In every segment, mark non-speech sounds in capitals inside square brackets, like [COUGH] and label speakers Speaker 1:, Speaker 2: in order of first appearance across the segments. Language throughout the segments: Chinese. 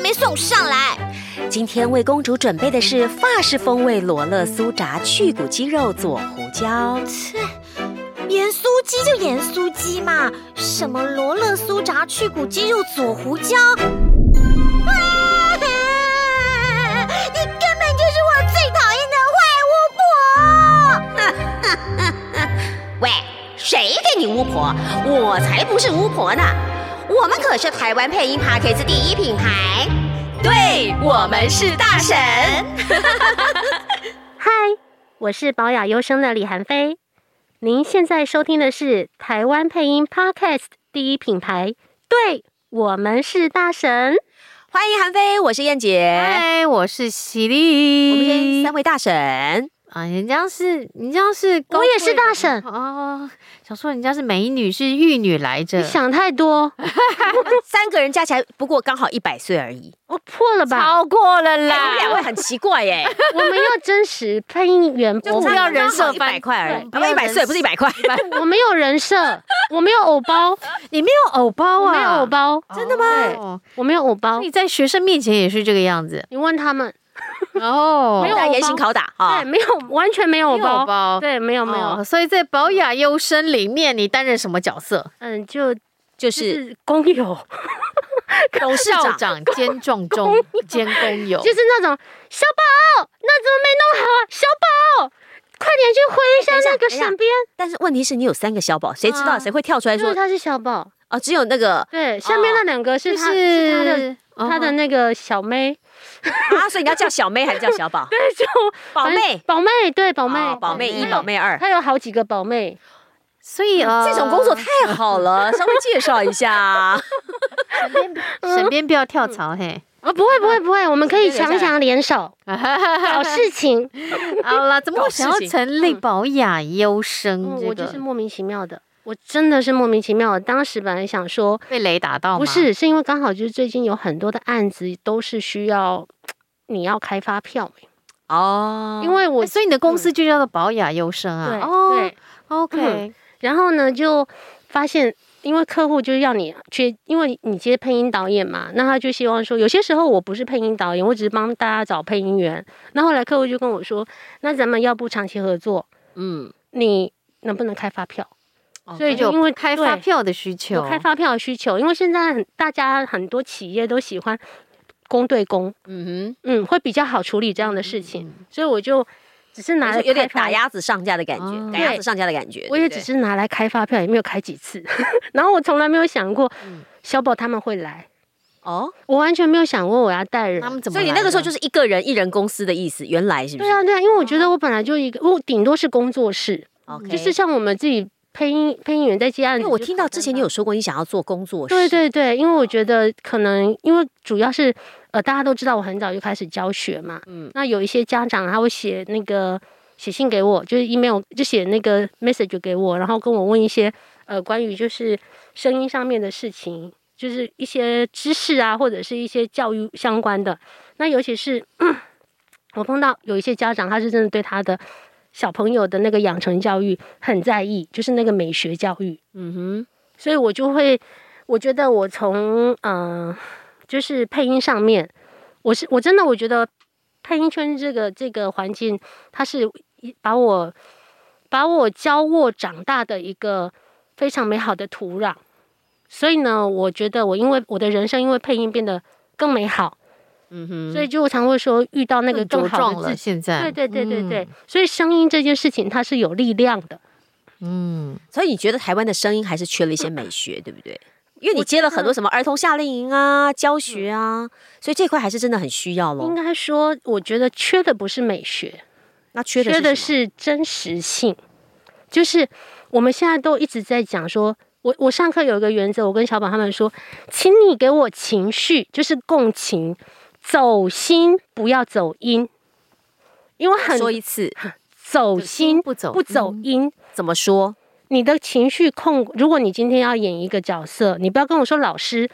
Speaker 1: 没送上来？
Speaker 2: 今天为公主准备的是法式风味罗勒酥炸去骨鸡肉佐胡椒。
Speaker 1: 切，盐酥鸡就盐酥鸡嘛，什么罗勒酥炸去骨鸡肉佐胡椒？啊！你根本就是我最讨厌的坏巫婆！
Speaker 2: 喂，谁给你巫婆？我才不是巫婆呢！我们可是台湾配音 p a c k a g e 第一品牌，对我们是大神。
Speaker 3: [LAUGHS] 嗨，我是保养优生的李韩飞。您现在收听的是台湾配音 Podcast 第一品牌，对我们是大神。
Speaker 2: 欢迎韩飞，我是燕姐，
Speaker 4: 嗨，我是喜
Speaker 2: 我
Speaker 4: 力。
Speaker 2: 们是三位大神。
Speaker 4: 啊，人家是，人家是高
Speaker 3: 我
Speaker 4: 贵的，
Speaker 3: 也是大婶
Speaker 4: 哦。想说人家是美女，是玉女来着
Speaker 3: 你，想太多，
Speaker 2: 三个人加起来不过刚好一百岁而已，
Speaker 3: 我破了吧？
Speaker 4: 超过了
Speaker 2: 哎你们两
Speaker 4: 啦。
Speaker 2: 位很奇怪
Speaker 4: [LAUGHS]
Speaker 2: 耶，
Speaker 3: 我们要真实配音员，
Speaker 4: 就
Speaker 3: 我
Speaker 4: 不要
Speaker 2: [LAUGHS]
Speaker 4: 人设
Speaker 2: 一
Speaker 4: 翻
Speaker 2: 百块而已，
Speaker 4: 对不
Speaker 2: 不
Speaker 4: 要
Speaker 2: 一百
Speaker 4: 人
Speaker 2: 岁不是一百块，
Speaker 3: 我没有人设，我没有偶包，
Speaker 4: 你没有偶包
Speaker 3: 我
Speaker 4: 啊？
Speaker 3: 没有偶包，
Speaker 4: 真的吗？
Speaker 3: 我没有偶包
Speaker 4: 对，。你在学生面前也是这个样子
Speaker 3: 你问他们，
Speaker 4: 哦
Speaker 3: 没有
Speaker 2: 大家严刑拷打
Speaker 3: 对，
Speaker 2: 啊！
Speaker 3: 没有，完全没有偶
Speaker 4: 没有
Speaker 3: 包，
Speaker 4: 偶包
Speaker 3: 对，没有没有
Speaker 4: 哦，，所以在保雅优生里面，你担任什么角色？
Speaker 3: 嗯，就
Speaker 2: 就
Speaker 3: 就是是工友，
Speaker 2: 董事
Speaker 4: 校
Speaker 2: 长，
Speaker 4: 长兼撞钟兼工友
Speaker 3: 就，是那种小宝，那怎么没弄好啊？小宝，快点去回一下
Speaker 2: 哎等一下
Speaker 3: 那个
Speaker 2: 等一下
Speaker 3: 闪边。
Speaker 2: 但是问题是你有三个小宝，谁知道
Speaker 4: 啊
Speaker 2: 谁会跳出来
Speaker 3: 因为
Speaker 2: 说
Speaker 3: 他是小宝，
Speaker 2: 哦，只有那个
Speaker 3: 对，下面那两个是
Speaker 4: 就
Speaker 3: 他，是他
Speaker 4: 是
Speaker 3: 的。他的
Speaker 4: 哦
Speaker 3: 那个小妹，
Speaker 2: 啊，所以你要叫小妹还是叫小宝？
Speaker 3: 对，就
Speaker 2: 宝妹，
Speaker 3: 宝妹，对，宝妹
Speaker 2: 哦，宝妹一，宝妹二，
Speaker 3: 她有好几个宝妹，
Speaker 4: 所以呃，
Speaker 2: 这种工作太好了，稍微介绍一
Speaker 3: [LAUGHS]
Speaker 2: 下。
Speaker 4: 沈边不要跳槽嘿。
Speaker 3: 啊，不会，不会，不会，我们可以
Speaker 2: 嗯随便留下
Speaker 3: 强
Speaker 2: 来
Speaker 3: 强
Speaker 2: [LAUGHS]
Speaker 3: 联手搞事情。
Speaker 4: 好啦，怎么
Speaker 2: 搞
Speaker 4: 会
Speaker 2: 事
Speaker 4: 想要
Speaker 2: 情
Speaker 4: 成立保雅优生
Speaker 3: 嗯，
Speaker 4: 这
Speaker 3: 我就是
Speaker 4: 个？
Speaker 3: 莫名其妙的，我真的是莫名其妙的。当时本来想说，
Speaker 4: 被雷打到吗？
Speaker 3: 不是，是因为刚好就是最近有很多的案子都是需要你要开发票，
Speaker 2: 哦，
Speaker 3: 因为我嗯
Speaker 4: 哎，所以你的公司就叫做保雅优生啊？
Speaker 3: 对
Speaker 4: 哦
Speaker 3: 对，嗯
Speaker 4: ，OK，
Speaker 3: 然后呢，就发现，因为客户就是要你去，因为你接配音导演嘛，那他就希望说，有些时候我不是配音导演，我只是帮大家找配音员。那后来客户就跟我说，那咱们要不长期合作，
Speaker 4: 嗯，
Speaker 3: 你能不能开发票？所以就
Speaker 4: 有
Speaker 3: 因为
Speaker 4: 开发
Speaker 3: 对
Speaker 4: 票的需求
Speaker 3: 有，开发票的需求，因为现在很大家很多企业都喜欢公对公，
Speaker 4: 嗯
Speaker 3: 嗯，会比较好处理这样的事情，
Speaker 4: 嗯
Speaker 3: 所以我就只是拿来
Speaker 2: 有点
Speaker 3: 开发
Speaker 2: 打鸭子上架的感
Speaker 4: 哦
Speaker 2: 觉，赶鸭子上架的感觉。
Speaker 3: 我也
Speaker 2: 对不
Speaker 3: 只
Speaker 2: 对
Speaker 3: 是拿来开发票，也没有开几次。 [LAUGHS] 然后我从来没有想过
Speaker 4: 嗯
Speaker 3: 小宝他们会来，
Speaker 2: 哦，
Speaker 3: 我完全没有想过我要带
Speaker 4: 哼，
Speaker 3: 人
Speaker 4: 他。们怎么
Speaker 2: 所
Speaker 4: 来的？
Speaker 2: 以你那个时候就是一个人一人公司的意思，原来是不
Speaker 3: 对
Speaker 2: 是
Speaker 3: 啊，对啊，因为我觉得我本来就一个，我顶多是工作室，
Speaker 2: ？OK，
Speaker 3: 啊就是像我们自己配音配音员在接案
Speaker 2: 因
Speaker 3: 子
Speaker 2: 为
Speaker 3: 就。
Speaker 2: 我听到之前你有说过你想要做工作室，
Speaker 3: 对对对，因为我
Speaker 4: 嗯
Speaker 3: 觉得可能因为主要是呃，大家都知道我很早就开始教学嘛，
Speaker 4: 嗯
Speaker 3: 那有一些家长他会写那个写信给我，就是 email 就写那个 message 给我，然后跟我问一些呃关于就是声音上面的事情，就是一些知识啊，或者是一些教育相关的。那尤其是、我碰到有一些家长，他是真的对他的小朋友的那个养成教育很在意，就是那个美学教育。
Speaker 4: 嗯
Speaker 3: 所以我就会，我觉得我从嗯、呃就是配音上面，我是我真的我觉得配音圈这个这个环境，它是一把我把我教我长大的一个非常美好的土壤。所以呢，我觉得我因为我的人生因为配音变得更美好，
Speaker 4: 哼，嗯哼，
Speaker 3: 所以就常会说遇到那个
Speaker 4: 更茁
Speaker 3: 更好
Speaker 4: 壮
Speaker 3: 的
Speaker 4: 了，
Speaker 3: 自己。
Speaker 4: 现
Speaker 3: 对
Speaker 4: 在，
Speaker 3: 对对对对，
Speaker 4: 嗯
Speaker 3: 所以声音这件事情它是有力量的。
Speaker 4: 嗯，
Speaker 2: 所以你觉得台湾的声音还是缺了一些美学，对不对？因为你接了很多什么儿童夏令营啊、教学啊，所以这块还是真的很需要
Speaker 3: 嗯应
Speaker 4: 哦
Speaker 2: 咯。
Speaker 3: 该说，我觉得缺的不是美学，
Speaker 2: 那缺的
Speaker 3: 缺的
Speaker 2: 什么
Speaker 3: 是真实性，就是我们现在都一直在讲说，我我上课有一个原则，我跟小宝他们说，请你给我情绪，就是共情，走心不要走音，因为很
Speaker 2: 说一次
Speaker 3: 走心
Speaker 4: 不走
Speaker 3: 不走音。
Speaker 2: 怎么说？
Speaker 3: 你的情绪控，如果你今天要演一个角色，你不要跟我说老师，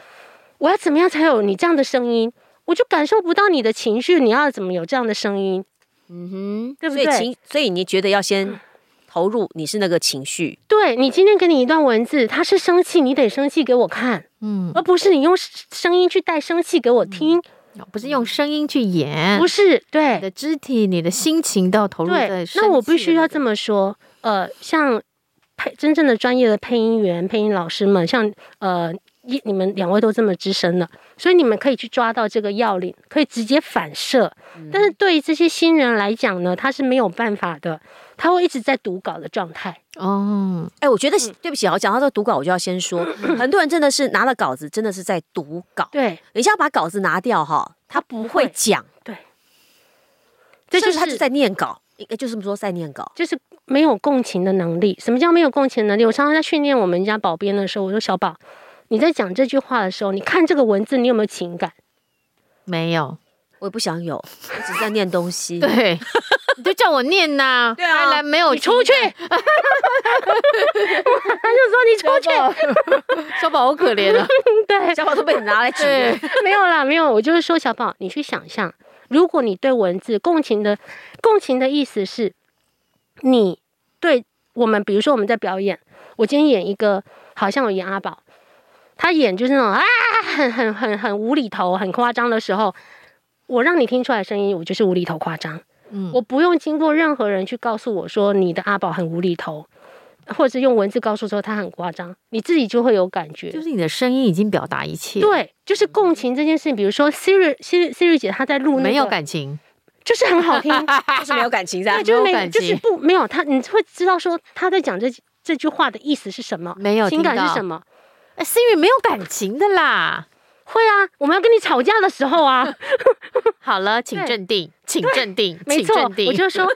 Speaker 3: 我要怎么样才有你这样的声音，我就感受不到你的情绪，你要怎么有这样的声音，
Speaker 4: 嗯
Speaker 3: 对不
Speaker 2: 所
Speaker 3: 对？
Speaker 2: 以情，所以你觉得要先投入，你是那个情绪，
Speaker 3: 对你今天给你一段文字，他是生气，你得生气给我看，
Speaker 4: 哼，嗯，
Speaker 3: 而不是你用声音去带生气给我听。
Speaker 4: 不是用声音去演，
Speaker 3: 哦不是对
Speaker 4: 嗯你的肢体、你的心情都要投入在生
Speaker 3: 对，
Speaker 4: 气的那个。
Speaker 3: 那我必须要这么说，呃，像配真正的专业的配音员、配音老师们，像呃。一你们两位都这么资深了，所以你们可以去抓到这个要领，可以直接反射。
Speaker 4: 嗯
Speaker 3: 但是对于这些新人来讲呢，他是没有办法的，他会一直在读稿的状态。
Speaker 4: 哦，
Speaker 2: 哎，我觉得
Speaker 3: 嗯
Speaker 2: 对不起啊，我讲到这个读稿，我就要先
Speaker 3: [CLEARS THROAT]
Speaker 2: 说，很多人真的是拿了稿子，真的是在读稿。
Speaker 3: 对，
Speaker 2: 你先要把稿子拿掉哈，他不会讲，
Speaker 3: 这就
Speaker 2: 甚
Speaker 3: 是
Speaker 2: 至他就在念稿，应该就是这么说在念稿。
Speaker 3: 就是没有共情的能力。什么叫没有共情能力？我常常在训练我们家保编的时候，我说小宝，你在讲这句话的时候，你看这个文字，你有没有情感？
Speaker 4: 没
Speaker 3: [LAUGHS]
Speaker 4: 有，
Speaker 2: 我也不想有，我只是在念东西。
Speaker 4: 对，你就叫我念呐，
Speaker 3: [LAUGHS]
Speaker 2: 对啊
Speaker 4: 还来没有
Speaker 3: 你出去， [LAUGHS] 他就说你出去。
Speaker 4: 小宝好可怜
Speaker 3: [LAUGHS]
Speaker 4: 啊，
Speaker 3: 对，
Speaker 2: 小宝都被你拿来举
Speaker 4: 对
Speaker 2: 例，，
Speaker 3: [LAUGHS] 没有啦，没有，我就是说小宝，你去想象，如果你对文字共情的共情的意思是，你对我们，比如说我们在表演，我今天演一个，好像我演阿宝，他演就是那种啊，很很很很无厘头、很夸张的时候，我让你听出来声音，我就是无厘头夸张，
Speaker 4: 嗯
Speaker 3: 我不用经过任何人去告诉我说你的阿宝很无厘头。或者是用文字告诉说他很夸张，你自己就会有感觉。
Speaker 4: 就是你的声音已经表达一切，，
Speaker 3: 对，就是共情这件事情。比如说 Siri Siri Siri 姐她在录、那个，
Speaker 4: 没有，感情，
Speaker 3: 就是
Speaker 4: [LAUGHS]
Speaker 3: 很好听，
Speaker 2: 就是没有感情噻
Speaker 3: 对，。就是
Speaker 4: 没有
Speaker 3: 没
Speaker 4: 感
Speaker 3: 就是
Speaker 4: 情
Speaker 3: 不没有她，你会知道说她在讲这这句话的意思是什么，
Speaker 4: 没有
Speaker 3: 情感
Speaker 4: 听到
Speaker 3: 是什么。
Speaker 4: 哎，Siri 没有感情的啦。
Speaker 3: 会啊，我们要跟你吵架的时
Speaker 4: [LAUGHS]
Speaker 3: 候啊，
Speaker 4: 好了，请
Speaker 3: 对
Speaker 4: 镇定，请镇定，
Speaker 3: 没
Speaker 4: 请
Speaker 3: 错，
Speaker 4: 镇定。
Speaker 3: 我
Speaker 4: [LAUGHS]
Speaker 3: 就说，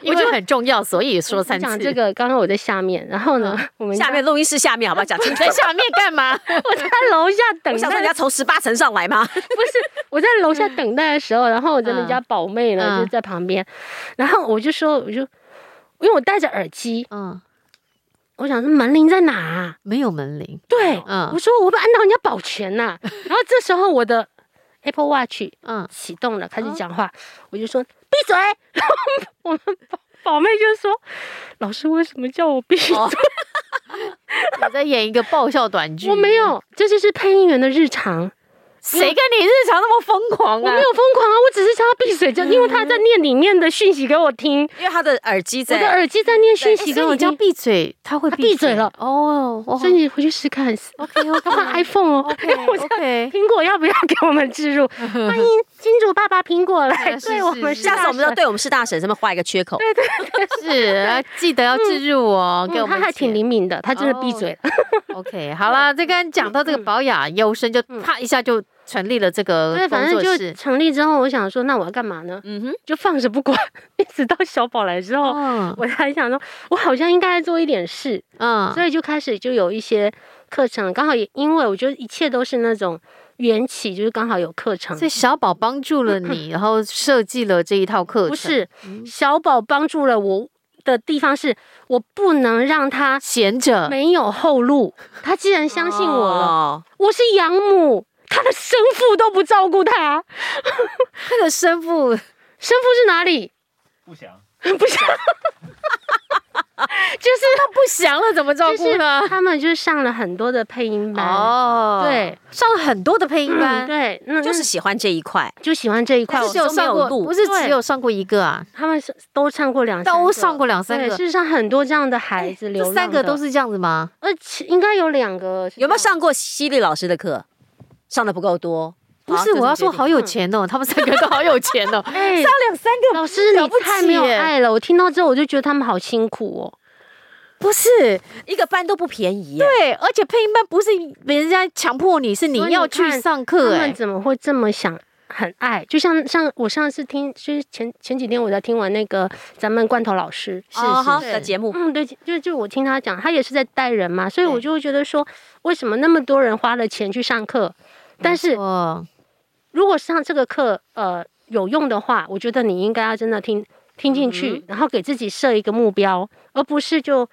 Speaker 4: 因为很重要，所以说三次。
Speaker 3: 讲 [LAUGHS] 这个，刚刚我在下面，然后呢，我们
Speaker 2: 下面录音室下面好不好？讲清楚
Speaker 4: 在。下面干嘛？
Speaker 3: 我在
Speaker 4: [LAUGHS]
Speaker 3: 楼下等
Speaker 2: 我想说，
Speaker 3: 待
Speaker 2: 人家从十八层上来吗？ [LAUGHS]
Speaker 3: 不是我在楼下等待的时候，然后我的人家宝妹呢、
Speaker 4: 嗯
Speaker 3: 就在旁边，然后我就说，我就因为我戴着耳机，
Speaker 4: [LAUGHS] 嗯，
Speaker 3: 我想说门铃在哪、啊？
Speaker 4: 没有门铃。
Speaker 3: 对，
Speaker 4: 嗯
Speaker 3: 我说我会不会按到人家保全呐、 [LAUGHS] 然后这时候我的 Apple Watch
Speaker 4: 嗯，
Speaker 3: 启动了，开始讲话，我就说闭嘴。然后我们 [LAUGHS] 宝宝妹就说：“老师为什么叫我闭
Speaker 4: 哦
Speaker 3: 嘴？”
Speaker 4: 我在演一个爆笑短剧。
Speaker 3: [LAUGHS] 我没，有，这就是配音员的日常。
Speaker 4: 谁跟你日常那么疯狂
Speaker 3: 我
Speaker 4: 啊
Speaker 3: 没？有疯狂啊，我只是叫他闭嘴，就因为他在念里面的讯息给我听，
Speaker 2: 因为他的耳机
Speaker 3: 我的
Speaker 2: 在。
Speaker 3: 耳机在念讯
Speaker 4: 哎
Speaker 3: 息
Speaker 4: 所
Speaker 3: 给
Speaker 4: 以
Speaker 3: 我
Speaker 4: 你叫
Speaker 3: 听。
Speaker 4: 闭嘴，他会
Speaker 3: 闭嘴了
Speaker 4: 哦。哇
Speaker 3: 所以你回去试看，
Speaker 4: OK
Speaker 3: [LAUGHS] 他
Speaker 4: OK
Speaker 3: 换 iPhone 哦。 [LAUGHS] 我
Speaker 4: 哦 OK
Speaker 3: 在
Speaker 4: OK，
Speaker 3: 苹果要不要给我们置
Speaker 4: [LAUGHS]
Speaker 3: 入？欢迎金主爸爸苹果来
Speaker 4: 是
Speaker 3: 对我们
Speaker 4: 是是
Speaker 3: 大
Speaker 2: 下次我们
Speaker 3: 神
Speaker 2: 要对我们是大神上面画一个缺口。
Speaker 4: 是啊，记得要置入哦，给
Speaker 3: 嗯
Speaker 4: 我们
Speaker 3: 他还
Speaker 4: 钱哦
Speaker 3: 挺灵敏的，他真的闭嘴了。嗯
Speaker 4: OK，好
Speaker 3: [LAUGHS]
Speaker 4: 了，这刚讲到这个保雅优生，就啪一下就成立了这个
Speaker 3: 对，反
Speaker 4: 呃工
Speaker 3: 正
Speaker 4: 作
Speaker 3: 就
Speaker 4: 室。
Speaker 3: 成立之后，我想说，那我要干嘛呢？
Speaker 2: 嗯哼，
Speaker 3: 就放着不管， [LAUGHS] 一直到小宝来之后，
Speaker 4: 嗯
Speaker 3: 我才想说，我好像应该做一点事，
Speaker 4: 嗯，
Speaker 3: 所以就开始就有一些课程，刚好也因为我觉得一切都是那种缘起，就是刚好有课程
Speaker 4: 所。以小宝帮助了你，然后设计了这一套课程。嗯
Speaker 3: 不是小宝帮助了我的地方是，我不能让他
Speaker 4: 闲着，
Speaker 3: [LAUGHS] 没有后路。他既然相信我了，
Speaker 2: 哦，
Speaker 3: 我是养母，他的生父都不照顾他，
Speaker 4: 那个生父
Speaker 3: 生父是哪里？
Speaker 5: 不想。
Speaker 3: [LAUGHS] 不是，就是
Speaker 4: 不详了，怎么照
Speaker 3: 就
Speaker 4: 顾
Speaker 3: 是
Speaker 4: 呢？
Speaker 3: 他们就是上了很多的配音班，
Speaker 4: [LAUGHS] 哦，
Speaker 3: 对，
Speaker 4: 上了很多的配音
Speaker 3: 嗯，
Speaker 4: 班，
Speaker 3: 对，那
Speaker 2: 就是
Speaker 3: 那
Speaker 2: 喜欢这一块。
Speaker 3: 就喜欢这一块
Speaker 4: 不，是只有
Speaker 2: 我都没
Speaker 4: 上
Speaker 2: 有
Speaker 4: 过，
Speaker 2: 录
Speaker 4: 不是
Speaker 3: 对
Speaker 4: 只有上过一个啊，
Speaker 3: 他们是都上过两三个，
Speaker 4: 都上过两三
Speaker 3: 对，
Speaker 4: 个哎
Speaker 3: 事，实上很多这样的孩子流
Speaker 4: 这
Speaker 3: 浪，
Speaker 4: 三个都，是这样子吗？
Speaker 3: 而且应该有两个是
Speaker 2: 有没有
Speaker 3: 这样
Speaker 2: 上过犀利老师的课？上的不够多。
Speaker 4: 不
Speaker 2: 好
Speaker 3: 啊
Speaker 4: 是，我要说好。
Speaker 2: 就这么决定
Speaker 4: 有
Speaker 3: 嗯
Speaker 4: 钱哦，他们三个都
Speaker 3: [LAUGHS]
Speaker 4: 好有钱哦，
Speaker 3: 哎
Speaker 4: 上两三个
Speaker 3: 老师，
Speaker 4: 了
Speaker 3: 你
Speaker 4: 不
Speaker 3: 太
Speaker 4: 起
Speaker 3: 没有
Speaker 4: 耶
Speaker 3: 爱了！我听到之后，我就觉得他们好辛苦哦。
Speaker 4: 不是，
Speaker 2: 一个班都不便宜耶。
Speaker 4: 对，而且配音班不是别人家强迫你，是你
Speaker 3: 所以
Speaker 4: 要
Speaker 3: 你看
Speaker 4: 去上课，
Speaker 3: 他们
Speaker 4: 哎，
Speaker 3: 怎么会这么想？很爱，就像像我上次听，就是前前几天我在听完那个咱们罐头老师，
Speaker 4: 是
Speaker 5: 啊
Speaker 2: 哦好
Speaker 4: 是
Speaker 2: 的节目，
Speaker 3: 嗯，对，就就我听他讲，他也是在带人嘛，所以我
Speaker 2: 对
Speaker 3: 就会觉得说，为什么那么多人花了钱去上课？但是
Speaker 4: 哦，
Speaker 3: 如果上这个课，呃，有用的话，我觉得你应该要真的听听进
Speaker 2: 嗯
Speaker 3: 去，然后给自己设一个目标，而不是就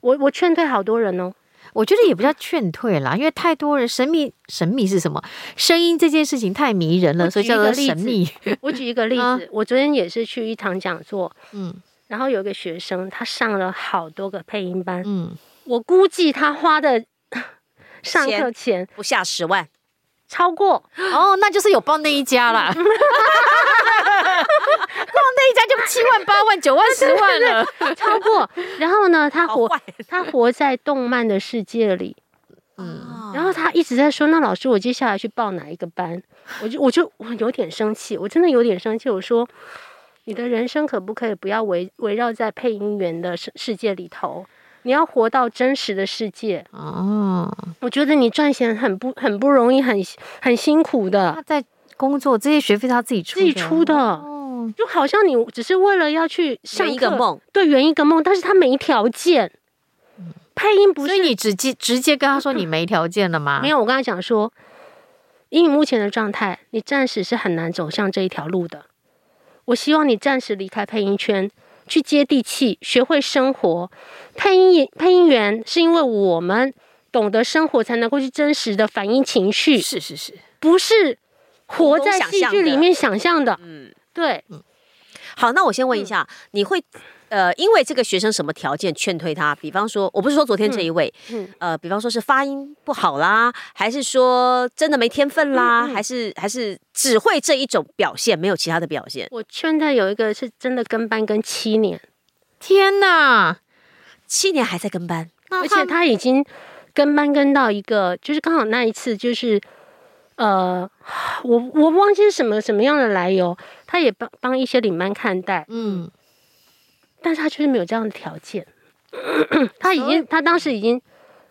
Speaker 3: 我我劝退好多人哦。
Speaker 4: 我觉得也不叫劝退啦，因为太多人神秘神秘是什么？声音这件事情太迷人了，
Speaker 3: 我
Speaker 4: 所以
Speaker 3: 举一
Speaker 4: 叫
Speaker 3: 个
Speaker 4: 做
Speaker 3: 例
Speaker 4: 神
Speaker 3: 子
Speaker 4: 秘。
Speaker 3: 我举一个例子，
Speaker 4: 啊
Speaker 3: 我昨天也是去一堂讲座，
Speaker 4: 嗯
Speaker 3: 然后有一个学生他上了好多个配音班，
Speaker 4: 嗯，
Speaker 3: 我估计他花的上课钱
Speaker 2: 不下十万，
Speaker 3: 超过，
Speaker 4: 哦，那就是有报那一家啦，报 [LAUGHS] 那一家就七万、八万、九万、十万了。
Speaker 3: 超过。然后呢，他
Speaker 5: 好
Speaker 3: 活
Speaker 5: 坏
Speaker 3: 他活在动漫的世界里，
Speaker 4: 嗯，
Speaker 5: 哦
Speaker 3: 然后他一直在说：“那老师，我接下来去报哪一个班？”我就我就我有点生气，我真的有点生气。我说：“你的人生可不可以不要围围绕在配音员的世世界里头？你要活到真实的世界。
Speaker 4: 哦，
Speaker 3: 我觉得你赚钱很不很不容易，很很辛苦的，
Speaker 4: 他在工作这些学费他自己出，
Speaker 3: 自己出。的。
Speaker 4: 哦，
Speaker 3: 就好像你只是为了要去上
Speaker 5: 圆一个
Speaker 3: 课
Speaker 5: 梦，
Speaker 3: 对，圆一个梦，但是他没条件。配音
Speaker 4: 嗯
Speaker 3: 不
Speaker 4: 所
Speaker 3: 是
Speaker 4: 以你直接直接跟他说你没条件了吗？
Speaker 3: 没
Speaker 4: 有，
Speaker 3: 有，我刚才讲说，以你目前的状态，你暂时是很难走向这一条路的。我希望你暂时离开配音圈，去接地气，学会生活。配音演配音员是因为我们懂得生活，才能够去真实的反映情绪，
Speaker 5: 是是是，
Speaker 3: 不是活在
Speaker 5: 想
Speaker 3: 戏
Speaker 5: 象
Speaker 3: 剧里
Speaker 5: 的
Speaker 3: 面想象的。
Speaker 5: 嗯。
Speaker 3: 对，
Speaker 5: 好，那我先问一下，你会呃，因为这个学生什么条件劝退他？比方说，我不是说昨天这一位，
Speaker 3: 嗯嗯
Speaker 5: 呃，比方说是发音不好啦，还是说真的没天分啦，还是还是只会这一种表现，没有其他的表现？
Speaker 3: 我圈的有一个是真的跟班跟七年，
Speaker 4: 天哪！
Speaker 5: 七年还在跟班，
Speaker 4: 那
Speaker 3: 而且他已经跟班跟到一个，就是刚好那一次就是，呃，我我忘记是什么什么样的来由，他也帮帮一些领班看待，
Speaker 4: 嗯，
Speaker 3: 但是他就是没有这样的条
Speaker 4: [COUGHS]
Speaker 3: 件，他已经他当时已经。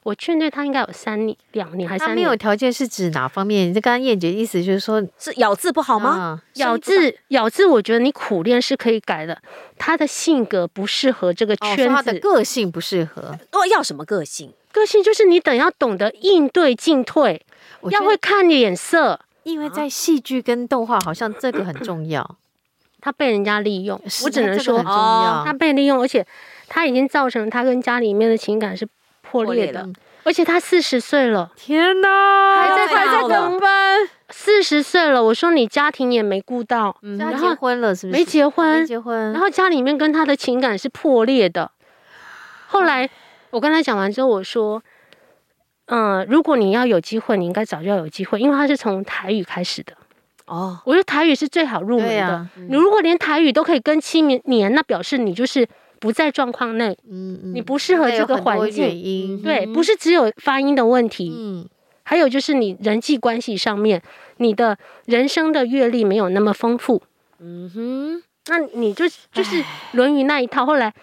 Speaker 3: 我劝退他应该有三年、两年还是
Speaker 4: 他
Speaker 3: 三
Speaker 4: 没
Speaker 3: 年
Speaker 4: 有，条件是指哪方面？这刚刚燕姐意思就是说，
Speaker 5: 是咬字不好吗？
Speaker 4: 啊？
Speaker 3: 咬字咬字，我觉得你苦练是可以改的。他的性格不适合这个
Speaker 4: 哦，
Speaker 3: 圈
Speaker 4: 说他
Speaker 3: 子，
Speaker 4: 的个性不适合，
Speaker 5: 哦，要什么个性？
Speaker 3: 个性就是你等要懂得应对进退，
Speaker 4: 我觉
Speaker 3: 要
Speaker 4: 得
Speaker 3: 会看脸色。
Speaker 4: 因为在戏剧跟动画，好像这个很重要。
Speaker 3: 他被人家利用，
Speaker 4: [CLEARS THROAT] 是
Speaker 3: 我只能说
Speaker 4: 它这个很重要。
Speaker 3: 他被利用，而且他已经造成他跟家里面的情感是破
Speaker 5: 破
Speaker 3: 裂
Speaker 5: 裂
Speaker 3: 的
Speaker 5: 了，
Speaker 4: 嗯
Speaker 3: 而且他四十岁了，
Speaker 4: 天哪，
Speaker 3: 还在
Speaker 5: 还在跟
Speaker 4: 班，
Speaker 3: 四十岁了，我说你家庭也没顾到，
Speaker 4: 嗯
Speaker 3: 然
Speaker 4: 他
Speaker 3: 后
Speaker 4: 结婚了是不是？
Speaker 3: 没结婚
Speaker 4: 没，结婚，嗯
Speaker 3: 然后家里面跟他的情感是破裂的。后来我跟他讲完之后，我说，嗯、如果你要有机会，你应该早就要有机会，因为他是从台语开始的。
Speaker 5: 哦，
Speaker 3: 我觉得台语是最好入门
Speaker 4: 对
Speaker 3: 的。
Speaker 4: 啊
Speaker 3: 你如果连台语都可以跟七年年，那表示你就是不在状况内，
Speaker 4: 嗯嗯
Speaker 3: 你不适合这个环
Speaker 4: 有很多
Speaker 3: 境。
Speaker 4: 原因，
Speaker 3: 对，不是只有发音的问题，
Speaker 4: 嗯，
Speaker 3: 还有就是你人际关系上面，你的人生的阅历没有那么丰富。
Speaker 5: 嗯哼，
Speaker 3: 那你就就是《论语》那一套。后来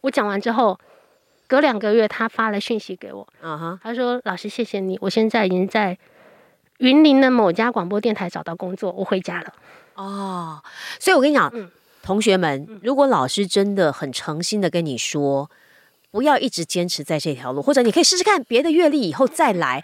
Speaker 3: 我讲完之后，隔两个月他发了讯息给我，
Speaker 5: 啊哈，
Speaker 3: 他说：“老师，谢谢你，我现在已经在云林的某家广播电台找到工作，我回家了。”
Speaker 5: 哦，所以我跟你讲，
Speaker 3: 嗯
Speaker 5: 同学们，如果老师真的很诚心的跟你说，不要一直坚持在这条路，或者你可以试试看别的阅历，以后再来，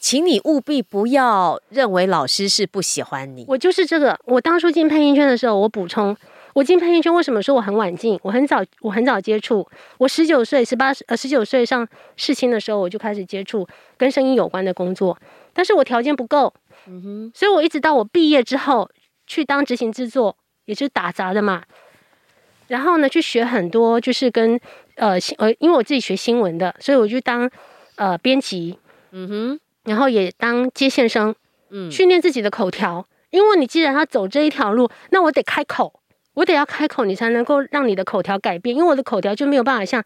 Speaker 5: 请你务必不要认为老师是不喜欢你。
Speaker 3: 我就是这个。我当初进配音圈的时候，我补充，我进配音圈为什么说我很晚进？我很早，我很早接触。我十九岁、十八、呃十九岁上世青的时候，我就开始接触跟声音有关的工作，但是我条件不够，嗯哼，所以我一直到我毕业之后去当执行制作，也是打杂的嘛。然后呢，去学很多就是跟呃新呃，因为我自己学新闻的，所以我就当呃编辑，
Speaker 5: 嗯哼，
Speaker 3: 然后也当接线生，
Speaker 5: 嗯，
Speaker 3: 训练自己的口条，因为你既然要走这一条路，那我得开口，我得要开口，你才能够让你的口条改变，因为我的口条就没有办法像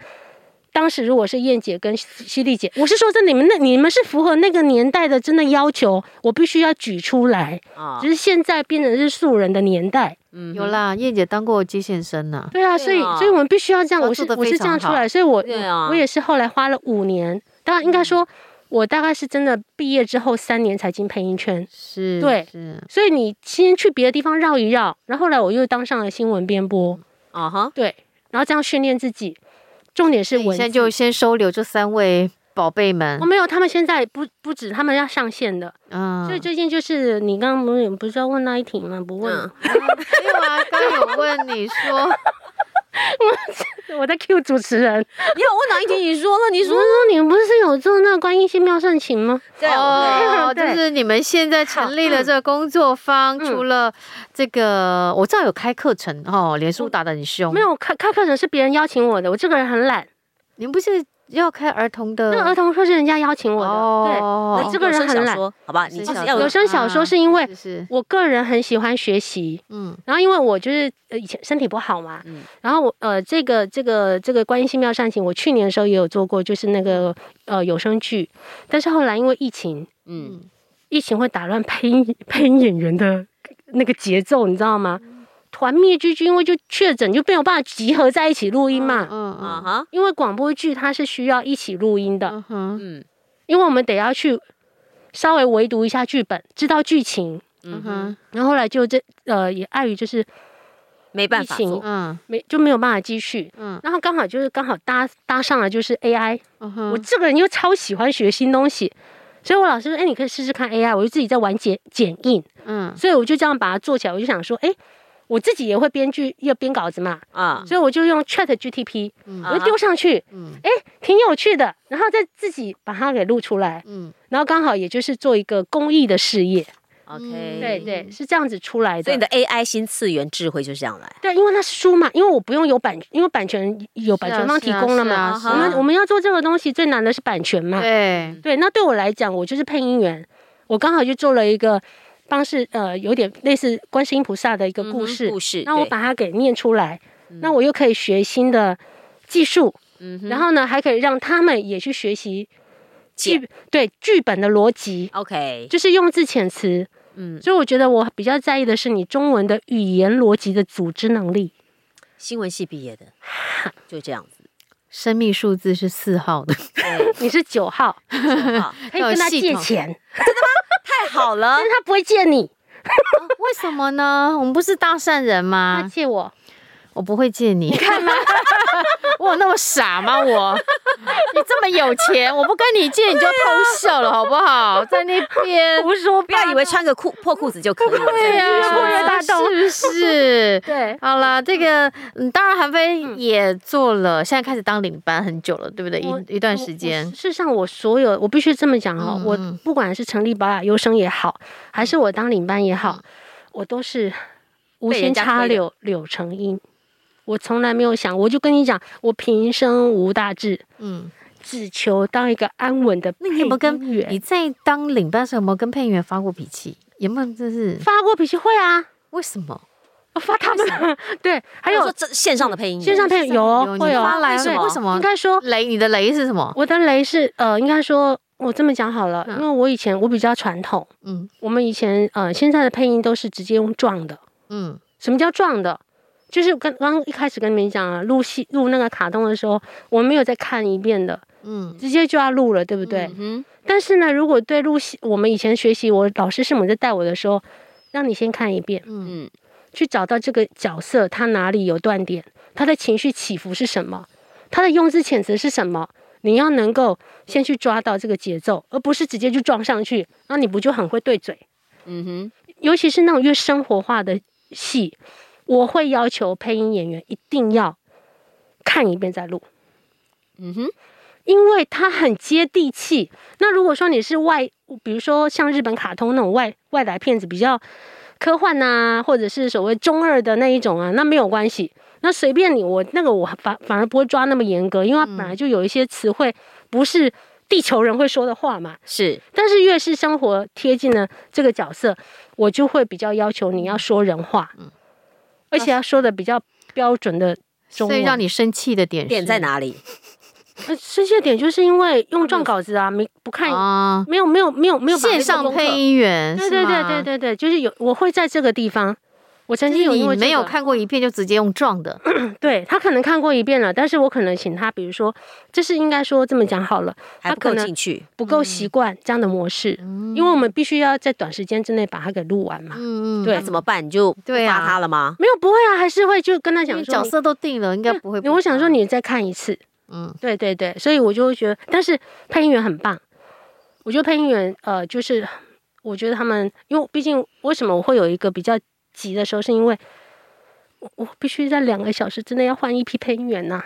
Speaker 3: 当时如果是燕姐跟犀利姐，我是说这你们那你们是符合那个年代的真的要求，我必须要举出来，
Speaker 5: 啊
Speaker 3: 只是现在变成是素人的年代，
Speaker 5: 嗯
Speaker 4: 有，啦，燕姐当过接线生呢，
Speaker 3: 对啊，所以
Speaker 5: 对啊
Speaker 3: 所以我们必须要这样，
Speaker 4: 她
Speaker 3: 我是
Speaker 4: 做得
Speaker 3: 我是
Speaker 4: 非
Speaker 3: 这
Speaker 4: 常
Speaker 3: 样出
Speaker 4: 好
Speaker 3: 来，所以我
Speaker 5: 对啊
Speaker 3: 我也是后来花了五年，当然应该说。我大概是真的毕业之后三年才进配音圈，
Speaker 4: 是，
Speaker 3: 对
Speaker 4: 是，
Speaker 3: 所以你先去别的地方绕一绕，然后后来我又当上了新闻编播，
Speaker 5: 啊哈，
Speaker 3: 对，然后这样训练自己。重点是
Speaker 4: 我
Speaker 3: 文
Speaker 4: 现在
Speaker 3: 字，哦
Speaker 4: 就先收留这三位宝贝们
Speaker 3: 我、，没有，他们现在不不止，他们要上线的，
Speaker 4: 嗯，
Speaker 3: 所以最近就是你刚刚不是不是要问那一题吗？不问
Speaker 4: 嗯
Speaker 3: 了，
Speaker 4: 没有啊，刚刚有问你说，
Speaker 3: [LAUGHS] 我在 Q 主持
Speaker 4: [LAUGHS]
Speaker 3: 人。
Speaker 5: 你有问哪一题？你说了，你
Speaker 3: 你说
Speaker 5: 说
Speaker 3: 你们不是有做那个观音心妙盛情吗？
Speaker 5: 对
Speaker 4: 哦，就
Speaker 3: 对
Speaker 4: 是你们现在成立了这个工作坊，除了这个，我知道有开课程哦，脸书打得很凶，
Speaker 3: 没，有，开开课程是别人邀请我的，我这个人很懒，
Speaker 4: 你们不是要开儿童的，
Speaker 3: 那儿童说是人家邀请我的，
Speaker 4: 嗯哦
Speaker 3: 对，我这个人很懒。
Speaker 5: 说，好吧，你就是要
Speaker 4: 有
Speaker 3: 有声小说是因为
Speaker 4: 是是，
Speaker 3: 我个人很喜欢学习，
Speaker 4: 嗯，
Speaker 3: 然后因为我就是呃以前身体不好嘛，
Speaker 5: 嗯
Speaker 3: 然后我呃这个这个这个观音心妙善行，我去年的时候也有做过，就是那个呃有声剧，但是后来因为疫情，
Speaker 5: 嗯，
Speaker 3: 疫情会打乱配音配音演员的那个节奏，你知道吗？团灭剧剧因为就确诊就没有办法集合在一起录音嘛，
Speaker 4: 嗯
Speaker 5: 啊
Speaker 4: 嗯
Speaker 5: 哈，
Speaker 3: 因为广播剧它是需要一起录音的，
Speaker 4: 嗯哼，
Speaker 5: 嗯
Speaker 3: 因为我们得要去稍微围读一下剧本，知道剧情。
Speaker 4: 嗯
Speaker 5: 嗯哼，
Speaker 4: 哼，
Speaker 3: 然后后来就这呃也碍于就是
Speaker 5: 没办法
Speaker 3: 疫情
Speaker 5: 做，
Speaker 4: 嗯
Speaker 3: 没就没有办法继续，
Speaker 4: 嗯
Speaker 3: 然后刚好就是刚好搭搭上了就是 AI，、
Speaker 4: 嗯哼，
Speaker 3: 我这个人又超喜欢学新东西，所以我老师说，哎，你可以试试看 AI，我就自己在玩剪剪映，
Speaker 4: 嗯
Speaker 3: 所以我就这样把它做起来，我就想说，哎，我自己也会编剧，也编稿子嘛，
Speaker 5: 啊，
Speaker 3: 所以我就用 Chat GTP，
Speaker 4: 嗯
Speaker 3: 嗯我就丢上去，
Speaker 4: 嗯
Speaker 3: 哎，挺有趣的，然后再自己把它给录出来，
Speaker 4: 嗯，
Speaker 3: 然后刚好也就是做一个公益的事业，
Speaker 5: OK，
Speaker 3: 嗯对
Speaker 4: 嗯
Speaker 3: 对，是这样子出来的。
Speaker 5: 所以你的 AI 新次元智慧就是这样来，
Speaker 3: 对，因为那是书嘛，因为我不用有版，因为版权有版权方提供了嘛。
Speaker 4: 是啊是
Speaker 3: 我
Speaker 4: 啊
Speaker 3: 们我们要做这个东西，最难的是版权嘛。
Speaker 4: 对，
Speaker 3: 对，那嗯对我来讲，我就是配音员，我刚好就做了一个帮是呃，有点类似观世音菩萨的一个故事，
Speaker 5: 嗯故事，
Speaker 3: 那我
Speaker 5: 对
Speaker 3: 把它给念出来，那我又可以学新的技术，
Speaker 5: 嗯哼
Speaker 3: 然后呢，还可以让他们也去学习
Speaker 5: 解
Speaker 3: 剧对剧本的逻辑，
Speaker 5: OK，
Speaker 3: 就是用字遣词。
Speaker 5: 嗯，
Speaker 3: 所以我觉得我比较在意的是你中文的语言逻辑的组织能力。 [LAUGHS]
Speaker 5: 新闻系毕业的，就这样子，
Speaker 4: 生命数字是四号的，
Speaker 5: 对，
Speaker 3: 你是九号，
Speaker 5: 好
Speaker 3: 可以跟他
Speaker 4: 要
Speaker 3: 借
Speaker 4: 有系
Speaker 3: 钱，
Speaker 5: 太好了
Speaker 3: [LAUGHS] 但，是他啊不会借你，
Speaker 4: 为什么呢？我们不是大善人
Speaker 3: 他
Speaker 5: 啊
Speaker 4: 吗？
Speaker 3: 借我。
Speaker 4: 我不会借你，你看吗？ [LAUGHS] 我有那么傻吗？我，你这么有钱，我不跟你借你就偷笑了，好不好？在那
Speaker 3: [LAUGHS]
Speaker 4: 边，
Speaker 5: 胡说，不要以为穿个裤破裤子就可以了，
Speaker 4: 对呀、
Speaker 3: 破越大洞
Speaker 4: 是不是？
Speaker 3: 对，
Speaker 4: 好了，这个嗯，当然韩非也做了，现在开始当领班很久了，对不对？
Speaker 3: 我
Speaker 4: 一一段时间
Speaker 3: 事，实上，我所有我必须这么讲哦，
Speaker 4: 嗯
Speaker 3: 我
Speaker 4: 嗯
Speaker 3: 不管是成立保雅优生也好，还是我当领班也
Speaker 4: 嗯
Speaker 3: 好，我都是无
Speaker 5: 被人
Speaker 3: 心
Speaker 5: 家
Speaker 3: 插
Speaker 5: 推的
Speaker 3: 柳柳成荫。我从来没有想，我就跟你讲，我平生无大志，
Speaker 4: 嗯，
Speaker 3: 只求当一个安稳的
Speaker 4: 那你有没有跟
Speaker 3: 配音
Speaker 4: 嗯
Speaker 3: 员
Speaker 4: 你在当领班的时候有没有跟配音员发过脾气？有没有？就是
Speaker 3: 发过脾气会啊？
Speaker 4: 为什么？
Speaker 3: 我发他们了对，还有
Speaker 5: 说这线上的配音员，
Speaker 3: 线上配有哦
Speaker 4: 有
Speaker 3: 会
Speaker 4: 你
Speaker 3: 有
Speaker 4: 发来
Speaker 3: 对
Speaker 4: 为什么
Speaker 3: 应该说
Speaker 4: 雷，你的雷是什么？
Speaker 3: 我的雷是呃，应该说，我这么讲好了，
Speaker 4: 嗯
Speaker 3: 因为我以前我比较传统，
Speaker 4: 嗯
Speaker 3: 我们以前呃现在的配音都是直接用撞的。
Speaker 4: 嗯
Speaker 3: 什么叫撞的？就是跟刚刚一开始跟你们讲啊，录戏录那个卡通的时候，我们没有再看一遍的，
Speaker 4: 嗯
Speaker 3: 直接就要录了，对不对？
Speaker 5: 嗯
Speaker 3: 但是呢，如果对录戏，我们以前学习，我老师是我们在带我的时候，让你先看一遍，
Speaker 5: 哼，
Speaker 4: 嗯
Speaker 5: 嗯，
Speaker 3: 去找到这个角色他哪里有断点，他的情绪起伏是什么，他的用字遣词是什么，你要能够先去抓到这个节奏，而不是直接就撞上去，那你不就很会对嘴？
Speaker 5: 嗯哼，
Speaker 3: 尤其是那种越生活化的戏，我会要求配音演员一定要看一遍再录，
Speaker 5: 嗯哼，
Speaker 3: 因为它很接地气。那如果说你是外，比如说像日本卡通那种外外来片子，比较科幻呐、或者是所谓中二的那一种啊，那没有关系，那随便你。我那个我反反而不会抓那么严格，因
Speaker 4: 嗯
Speaker 3: 为它本来就有一些词汇不是地球人会说的话嘛。
Speaker 5: 是
Speaker 3: 但是越是生活贴近了这个角色，我就会比较要求你要说人话，
Speaker 4: 嗯
Speaker 3: 而且要说的比较标准的中
Speaker 4: 所
Speaker 3: 文。
Speaker 4: 以让你生气的点是
Speaker 5: 点在？哪里？
Speaker 3: 呃生气的点就是因为
Speaker 4: 嗯
Speaker 3: 用撞稿子啊，没不看，
Speaker 4: 啊，
Speaker 3: [LAUGHS] 没有没有没有没有把那
Speaker 4: 线
Speaker 3: 个
Speaker 4: 上
Speaker 3: 功课
Speaker 4: 配，音员，
Speaker 3: 对对
Speaker 4: 是
Speaker 3: 对
Speaker 4: 吗
Speaker 3: 对，对对，就是有我会在这个地方，我曾经有
Speaker 4: 就是
Speaker 3: 因为、
Speaker 4: 你没有，看过一遍就直接用撞的，
Speaker 3: 对他可能看过一遍了，但是我可能请他，比如说，这是应该说这么讲好了，
Speaker 5: 还
Speaker 3: 他
Speaker 5: 不
Speaker 3: 可
Speaker 5: 够
Speaker 3: 能
Speaker 5: 进去，
Speaker 3: 不
Speaker 4: 嗯
Speaker 3: 够习惯这样的模式，因为我们必须要在短时间之内把它给录完嘛。
Speaker 4: 嗯嗯，
Speaker 3: 对
Speaker 5: 那怎么办？你就不
Speaker 4: 对啊
Speaker 5: 发他了吗？
Speaker 3: 没有不会啊，还是会就跟他
Speaker 4: 因
Speaker 3: 讲
Speaker 4: 为
Speaker 3: 说
Speaker 4: 角色都定了，应该
Speaker 3: 你
Speaker 4: 不会
Speaker 3: 你我想说，你再看一次，
Speaker 4: 嗯
Speaker 3: 对对对，所以我就会觉得，但是配音员很棒，我觉得配音员呃，就是我觉得他们，因为毕竟为什么我会有一个比较急的时候，是因为我我必须在两个小时之内要换一批配音员呐、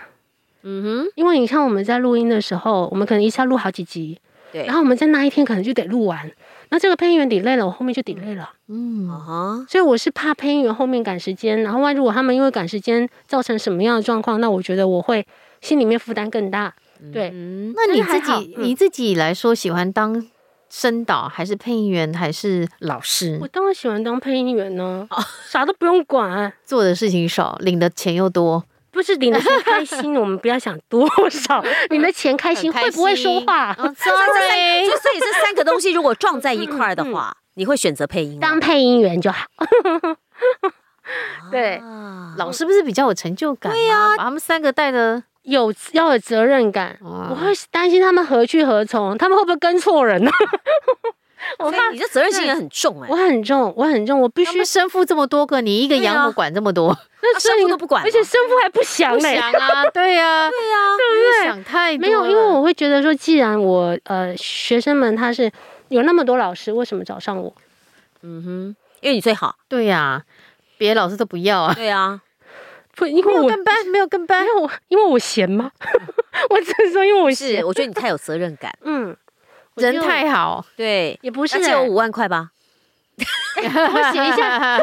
Speaker 5: 嗯
Speaker 3: 因为你看我们在录音的时候，我们可能一次要录好几集，
Speaker 5: 对
Speaker 3: 然后我们在那一天可能就得录完，那这个配音员 delay 了，我后面就 delay 了。
Speaker 5: 哼，
Speaker 4: 嗯
Speaker 5: 啊
Speaker 3: 所以我是怕配音员后面赶时间，然后万一如果他们因为赶时间造成什么样的状况，那我觉得我会心里面负担更大。对，
Speaker 4: 嗯，那你
Speaker 3: 但是还
Speaker 4: 自
Speaker 3: 好
Speaker 4: 己、
Speaker 3: 嗯
Speaker 4: 你自己来说，喜欢当声导还是配音员还是老师
Speaker 3: 我？当然喜欢当配音员呢、啥都不用管，
Speaker 4: 做的事情少，领的钱又多，
Speaker 3: 不是领的钱开心，我们不要想多少，领的钱开心，
Speaker 4: 很开
Speaker 3: 会不会说
Speaker 4: 心
Speaker 3: 话？ [LAUGHS]
Speaker 4: 哦
Speaker 5: 就
Speaker 3: 哎
Speaker 4: ，sorry，
Speaker 5: 所以这三个东西如果撞在一块儿的话，你会选择配音吗
Speaker 3: 嗯当配音员就好。 [LAUGHS] 对，
Speaker 5: 啊
Speaker 4: 老师不是比较有成就感？对呀、把他们三个带的，
Speaker 3: 有要有责任感，
Speaker 4: 哇
Speaker 3: 我会担心他们何去何从，他们会不会跟错人呢、我
Speaker 5: 所
Speaker 3: 怕
Speaker 5: 以你这责任心也很重哎
Speaker 3: 我，很重，我很重，我必
Speaker 4: 他
Speaker 3: 须
Speaker 4: 们生父这么多个，你一个
Speaker 5: 对啊
Speaker 4: 养母管这么多，
Speaker 3: 那
Speaker 5: 啊生父都不管
Speaker 3: 而且
Speaker 5: 吗
Speaker 3: 生父还不详
Speaker 4: 不
Speaker 3: 呢、
Speaker 4: 想啊， [LAUGHS] 对呀、
Speaker 5: 对呀，
Speaker 4: 对想太多
Speaker 3: 没有，因为
Speaker 4: 了
Speaker 3: 我会觉得说，既然我呃学生们他是有那么多老师，为什么找上我？
Speaker 5: 嗯哼，因为你最好，
Speaker 4: 对呀、别的老师都不要啊，
Speaker 5: 对啊，
Speaker 3: 不，因
Speaker 4: [LAUGHS] 没
Speaker 3: 为
Speaker 4: 有
Speaker 3: 我
Speaker 4: 跟班，没有跟班
Speaker 3: 因，为我因为我闲吗？ [LAUGHS] 我只是说因为我
Speaker 5: 是嗯
Speaker 3: 闲，
Speaker 5: 我觉得你太有责任
Speaker 3: [LAUGHS]
Speaker 5: 感，
Speaker 3: 嗯，我
Speaker 4: 人
Speaker 3: 就
Speaker 4: 太好，
Speaker 5: 对，
Speaker 3: 也不是、
Speaker 5: 那借
Speaker 3: 欸，
Speaker 5: 我
Speaker 3: 我
Speaker 5: 五万块吧，
Speaker 3: 写一下，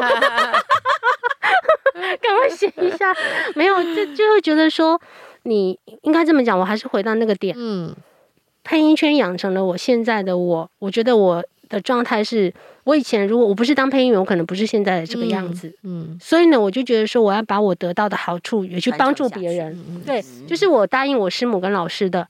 Speaker 4: [LAUGHS]
Speaker 3: 赶快写一下。没有，就就会觉得说，你应该这么讲。我还是回到那个点，
Speaker 4: 嗯，
Speaker 3: 配音圈养成了我现在的我。我觉得我的状态是，我以前如果我不是当配音员，我可能不是现在的这个样子。
Speaker 4: 嗯，
Speaker 3: 所以呢，我就觉得说，我要把我得到的好处也去
Speaker 5: 传承
Speaker 3: 帮助
Speaker 5: 下
Speaker 3: 别
Speaker 5: 去
Speaker 4: 嗯
Speaker 3: 人。
Speaker 5: 嗯
Speaker 3: 对，就是我答应我师母跟老师的，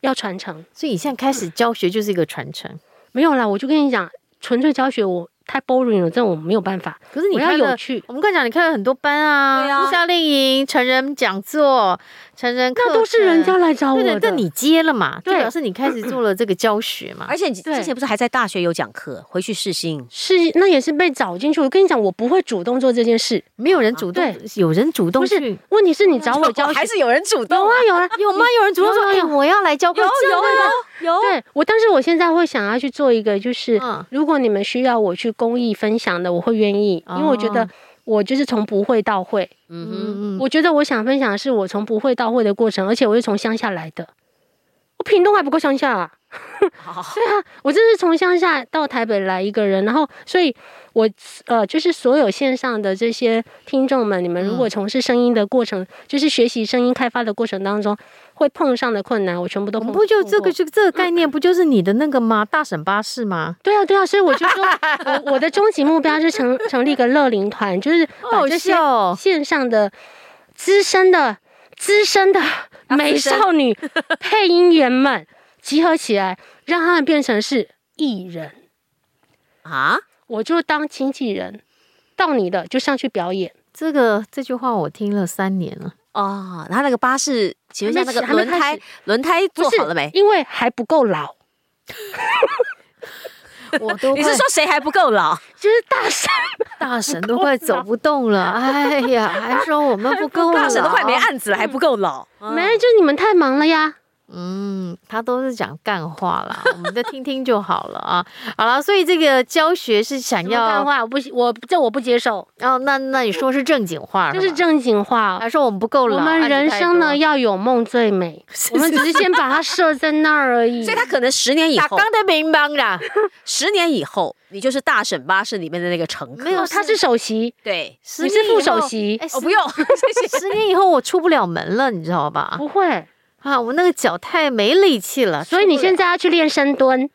Speaker 3: 要传承。
Speaker 4: 所以你现在开始教学就是一个传承，
Speaker 3: 没有啦，我就跟你讲，纯粹教学我太 boring 了，这我没有办法。
Speaker 4: 可是你
Speaker 3: 我要
Speaker 4: 开
Speaker 3: 有
Speaker 4: 了。
Speaker 3: 趣，
Speaker 4: 我们刚才讲，你开了很多班啊，
Speaker 5: 对啊
Speaker 4: 夏令营、成人讲座、成人课程，
Speaker 3: 那都是人家来找我
Speaker 4: 对
Speaker 3: 的。
Speaker 4: 的，但你接了嘛，就
Speaker 3: 对哎
Speaker 4: 表示你开始做了这个教学嘛
Speaker 5: 而。且你
Speaker 3: 对
Speaker 5: 之前不是还在大学有讲课，回去试新，
Speaker 3: 是那也是被找进去。我跟你讲，我不会主动做这件事。
Speaker 4: 没有人主动
Speaker 3: 啊对，
Speaker 4: 有人主动
Speaker 3: 不是
Speaker 4: 去，
Speaker 3: 问题是
Speaker 4: [LAUGHS]
Speaker 3: 你找我教学，
Speaker 5: 哦还是有人主
Speaker 3: 有
Speaker 5: 动
Speaker 3: 啊
Speaker 5: 啊，
Speaker 3: 有啊
Speaker 4: 有吗？有人主动说，
Speaker 3: 有
Speaker 4: 哎，
Speaker 3: 有啊有啊
Speaker 4: 我要来教课，真的
Speaker 5: 有有有，
Speaker 3: 对我，但是我现在会想要去做一个，就是、
Speaker 4: 嗯
Speaker 3: 如果你们需要我去公益分享的，我会愿意，因为我觉得
Speaker 4: 哦
Speaker 3: 我就是从不会到会。
Speaker 5: 嗯哼，
Speaker 4: 嗯嗯，
Speaker 3: 我觉得我想分享的是我从不会到会的过程，而且我是从乡下来的。我屏东还不够乡下
Speaker 4: [LAUGHS]
Speaker 3: 啊！
Speaker 4: 哦
Speaker 3: [LAUGHS]
Speaker 5: 好，
Speaker 3: 我这是从乡下到台北来一个人，然后，所以我呃，就是所有线上的这些听众们，你们如
Speaker 4: 嗯
Speaker 3: 果从事声音的过程，就是学习声音开发的过程当中，会碰上的困难，我全部都
Speaker 4: 我
Speaker 3: 碰。
Speaker 4: 们不就
Speaker 3: 碰
Speaker 4: 这
Speaker 3: 过
Speaker 4: 个就这个概念，不就是你的那个吗？大婶巴士吗？
Speaker 3: 对啊，对啊，所以我就说，我我的终极目标是成 [LAUGHS] 成立一个乐龄团，就是把
Speaker 4: 好
Speaker 3: 这些
Speaker 4: 笑哦
Speaker 3: 线上的资深的、资深的
Speaker 5: 啊
Speaker 3: 美少女
Speaker 5: [LAUGHS]
Speaker 3: 配音员们集合起来，让他们变成是艺人。
Speaker 5: 啊，
Speaker 3: 我就当经纪人，到你的就上去表演。
Speaker 4: 这个这句话我听了三年了，
Speaker 5: 哦，然后那个巴士，请问一下那个
Speaker 3: 还没
Speaker 5: 轮
Speaker 3: 起还没开
Speaker 5: 胎
Speaker 3: 始
Speaker 5: 轮胎做
Speaker 3: 不是
Speaker 5: 好了没？
Speaker 3: 因为还不够老，
Speaker 4: 我都
Speaker 5: [LAUGHS] 你
Speaker 4: 快
Speaker 5: 是说谁还不够老？
Speaker 3: 就是大神。
Speaker 4: 大婶都快走不动了， [LAUGHS] 哎呀，还说我们不够
Speaker 5: 大婶都快没
Speaker 4: 老啊哦
Speaker 5: 案子了，还不够老。
Speaker 3: 没人，就是你们太忙了呀。
Speaker 4: 嗯，他都是讲干话啦，我们就听听就好了啊。好了，所以这个教学是
Speaker 5: 哎
Speaker 4: 想
Speaker 3: 什么干
Speaker 4: 要，
Speaker 3: 话？我不，我这我不接受，
Speaker 4: 哦，那那你说是正经话，
Speaker 3: 这是，正经话。
Speaker 4: 还说我们不够老，
Speaker 3: 我们
Speaker 4: 案子
Speaker 3: 人
Speaker 4: 太
Speaker 3: 生
Speaker 4: 多
Speaker 3: 呢，要有梦最
Speaker 5: [LAUGHS]
Speaker 3: 美，我们只是先把它设在那儿而已。
Speaker 5: 所以他可能十年以
Speaker 4: 打
Speaker 5: 后，
Speaker 4: 刚的明白啦，
Speaker 5: 十年以后，你就是大婶巴士里面的那个乘客。
Speaker 4: 没有
Speaker 3: 哦他是首席，
Speaker 5: 对， [LAUGHS]
Speaker 4: 十
Speaker 3: 你
Speaker 4: 年
Speaker 3: 是
Speaker 4: 以
Speaker 3: 副
Speaker 4: 后
Speaker 3: 首，席
Speaker 4: 哎，，十
Speaker 5: 哦，不用，谢谢。
Speaker 4: 十年以后我出不了门了，你知道吧？
Speaker 3: 不会。
Speaker 4: 啊，我那个脚太没力气了，
Speaker 3: 所以你现在要去练
Speaker 4: [LAUGHS]
Speaker 3: 深蹲，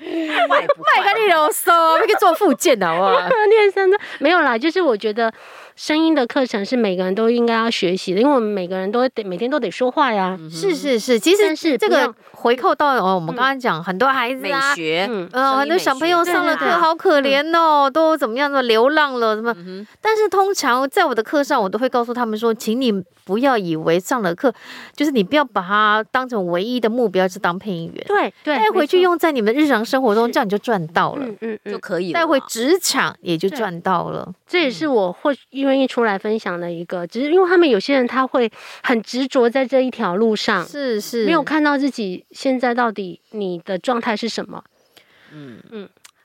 Speaker 5: 坏不
Speaker 4: 太干
Speaker 5: 坏？
Speaker 4: 力啰
Speaker 3: 哦
Speaker 4: 嗦，那个做复健的好不 [LAUGHS] 好？
Speaker 3: 练深蹲没有啦，就是我觉得声音的课程是每个人都应该要学习的，因为我们每个人都得每天都得说话呀。
Speaker 4: 是是是，其实
Speaker 3: 但是
Speaker 4: 这
Speaker 3: 不嗯要
Speaker 4: 个回扣到哦，我们刚刚讲很多孩子
Speaker 5: 美
Speaker 4: 啊，
Speaker 5: 学，
Speaker 3: 嗯
Speaker 4: 呃，很多小朋友
Speaker 5: 声
Speaker 4: 上
Speaker 5: 音美
Speaker 4: 了
Speaker 5: 学
Speaker 4: 课，好可怜哦，都怎么样的流浪了，怎么？
Speaker 3: 嗯
Speaker 4: 但是通常在我的课上，我都会告诉他们说，请你不要以为上了课，就是你不要把它当成唯一的目标，是当配音员，
Speaker 3: 对对，
Speaker 4: 带回去
Speaker 3: 没错。
Speaker 4: 用在你们日常生活中，这样你就赚到了。
Speaker 3: 嗯嗯
Speaker 5: 就
Speaker 3: 嗯，
Speaker 5: 可以了。
Speaker 4: 带回职场也就
Speaker 3: 对
Speaker 4: 赚到了，
Speaker 3: 这也是我会愿意出来分享的一个，只是因为他们有些人他会很执着在这一条路上，
Speaker 4: 是是，
Speaker 3: 没有看到自己现在到底你的状态是什么。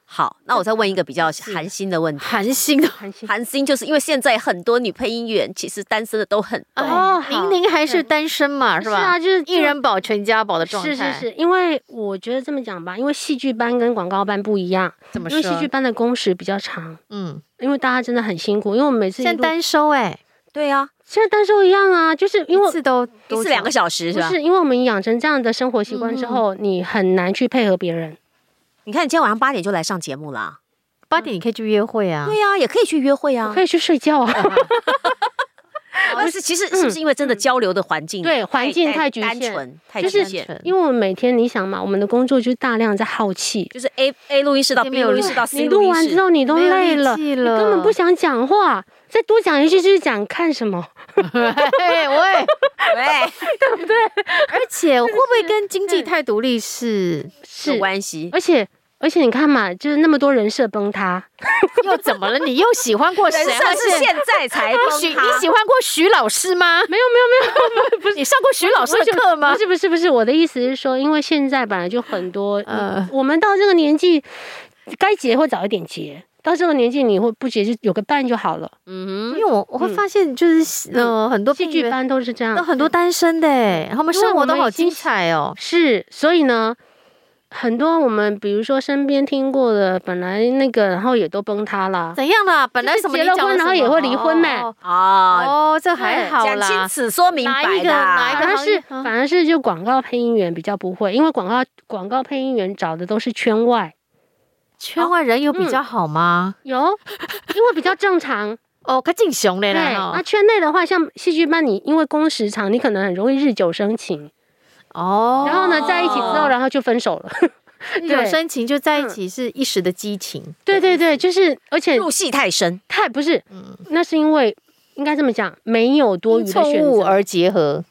Speaker 5: 好，那我再问一个比较寒心的问题。
Speaker 4: 寒心的
Speaker 3: 韩信
Speaker 5: 寒心就是因为现在很多女配音员其实单身的都很多，
Speaker 4: 哎
Speaker 3: 哦好
Speaker 4: 宁宁还是单身嘛，是吧？
Speaker 3: 是啊，就是
Speaker 4: 一人保全家保的状态，
Speaker 3: 是是是，因为我觉得这么讲吧，因为戏剧班跟广告班不一样，
Speaker 4: 怎么
Speaker 3: 因为戏
Speaker 4: 说
Speaker 3: 剧班的工时比较长，
Speaker 4: 嗯，
Speaker 3: 因为大家真的很辛苦，因为我们每次一
Speaker 4: 现在
Speaker 3: 路
Speaker 4: 单收哎、
Speaker 5: 对啊，
Speaker 3: 现在单收一样啊，就是因为
Speaker 4: 一次都
Speaker 5: 一
Speaker 4: 都
Speaker 5: 次两个小时是
Speaker 3: 不
Speaker 5: 吧？
Speaker 3: 是因为我们养成这样的生活习惯之后，你很难去配合别人。
Speaker 5: 你看你今天晚上八点就来上节目啊啦，
Speaker 4: 八点你可以去约会啊，
Speaker 5: 对呀、也可以去约会啊。
Speaker 3: 可以去睡觉啊。
Speaker 5: 但是其实是不是因为真的交流的环境哎
Speaker 3: 对，环境太局
Speaker 5: 单
Speaker 3: 限，
Speaker 5: 纯，太
Speaker 3: 就
Speaker 5: 局
Speaker 3: 是
Speaker 5: 限？
Speaker 3: 因为我们每天你想嘛，我们的工作就是大量在耗气，
Speaker 5: 就是 A A 录音室到
Speaker 4: 这
Speaker 5: B
Speaker 4: 边有
Speaker 5: 录音室到 C
Speaker 3: 你
Speaker 5: 录
Speaker 3: 录
Speaker 5: 音
Speaker 3: 完
Speaker 5: 室
Speaker 3: 之，后你都
Speaker 4: 没有力
Speaker 3: 累了，
Speaker 4: 气
Speaker 3: 你
Speaker 4: 了
Speaker 3: 根本
Speaker 4: [LAUGHS]
Speaker 3: 不想讲话，再多讲一句就是讲看什么。
Speaker 4: 嘿哎喂，
Speaker 5: 对，
Speaker 4: 而且会不会跟经济太独立是
Speaker 5: 有
Speaker 3: 是，
Speaker 5: 关系。
Speaker 3: 而且而且你看嘛，就是那么多人设崩塌，
Speaker 4: [LAUGHS] 又怎么了？你又喜欢过谁？
Speaker 5: 人设是现在才
Speaker 4: 而
Speaker 5: 崩
Speaker 4: 且许 [LAUGHS] 你
Speaker 5: 塌，
Speaker 4: 喜欢过徐老师吗？
Speaker 3: 没有没有没有。
Speaker 4: 不是，你上过徐老师的课吗
Speaker 3: 不？是不是不是，我的意思是说，因为现在本来就很多，
Speaker 4: 呃
Speaker 3: 我们到这个年纪，该结会早一点结。到这个年纪，你会不结就有个伴就好了。
Speaker 5: 嗯
Speaker 4: 因
Speaker 5: 哼，
Speaker 4: 为我我会发现，就是呃，很多
Speaker 3: 戏
Speaker 4: 病
Speaker 3: 剧
Speaker 4: 人
Speaker 3: 班都是这样
Speaker 4: 都，很多单身的欸，然后他们
Speaker 3: 嗯因为
Speaker 4: 生活
Speaker 3: 我
Speaker 4: 都
Speaker 3: 们
Speaker 4: 好
Speaker 3: 已经
Speaker 4: 精彩哦。
Speaker 3: 是，所以呢，很多我们比如说身边听过的，本来那个，然后也都崩塌啦。
Speaker 4: 怎样啦？本来
Speaker 3: 就是
Speaker 4: 什么
Speaker 3: 结
Speaker 4: 你
Speaker 3: 了
Speaker 4: 讲了
Speaker 3: 婚然
Speaker 4: 什
Speaker 3: 后也
Speaker 4: 么
Speaker 3: 会离婚呢
Speaker 4: 哦
Speaker 5: 啊，
Speaker 4: 哦，这还好
Speaker 5: 讲清
Speaker 4: 啦。
Speaker 5: 此说明
Speaker 4: 哪
Speaker 5: 白
Speaker 4: 一个哪一
Speaker 5: 的
Speaker 4: 个。
Speaker 3: 反而
Speaker 4: 行业
Speaker 3: 是
Speaker 4: 啊
Speaker 3: 反而是就广告配音员比较不会，因为广告广告配音员找的都是圈外，
Speaker 4: 圈外人有比较好吗？
Speaker 3: 有，因为比较正常。
Speaker 4: 哦，他进熊嘞
Speaker 3: 对，
Speaker 4: 啦
Speaker 3: 那圈内的话，像戏剧班，你因为工时长，你可能很容易日久生情，
Speaker 4: 哦。
Speaker 3: 然后呢，在一起之后，然后就分手了。 [LAUGHS]
Speaker 4: 有
Speaker 3: 对
Speaker 4: 深情就在一起是一时的激情，
Speaker 3: 对对对， [LAUGHS] 就是，而且
Speaker 5: 入戏太深，
Speaker 3: 太不是，那是因为应该这么讲，没有多余的
Speaker 4: 错
Speaker 3: 选
Speaker 4: 误
Speaker 3: 择，
Speaker 4: 而结合。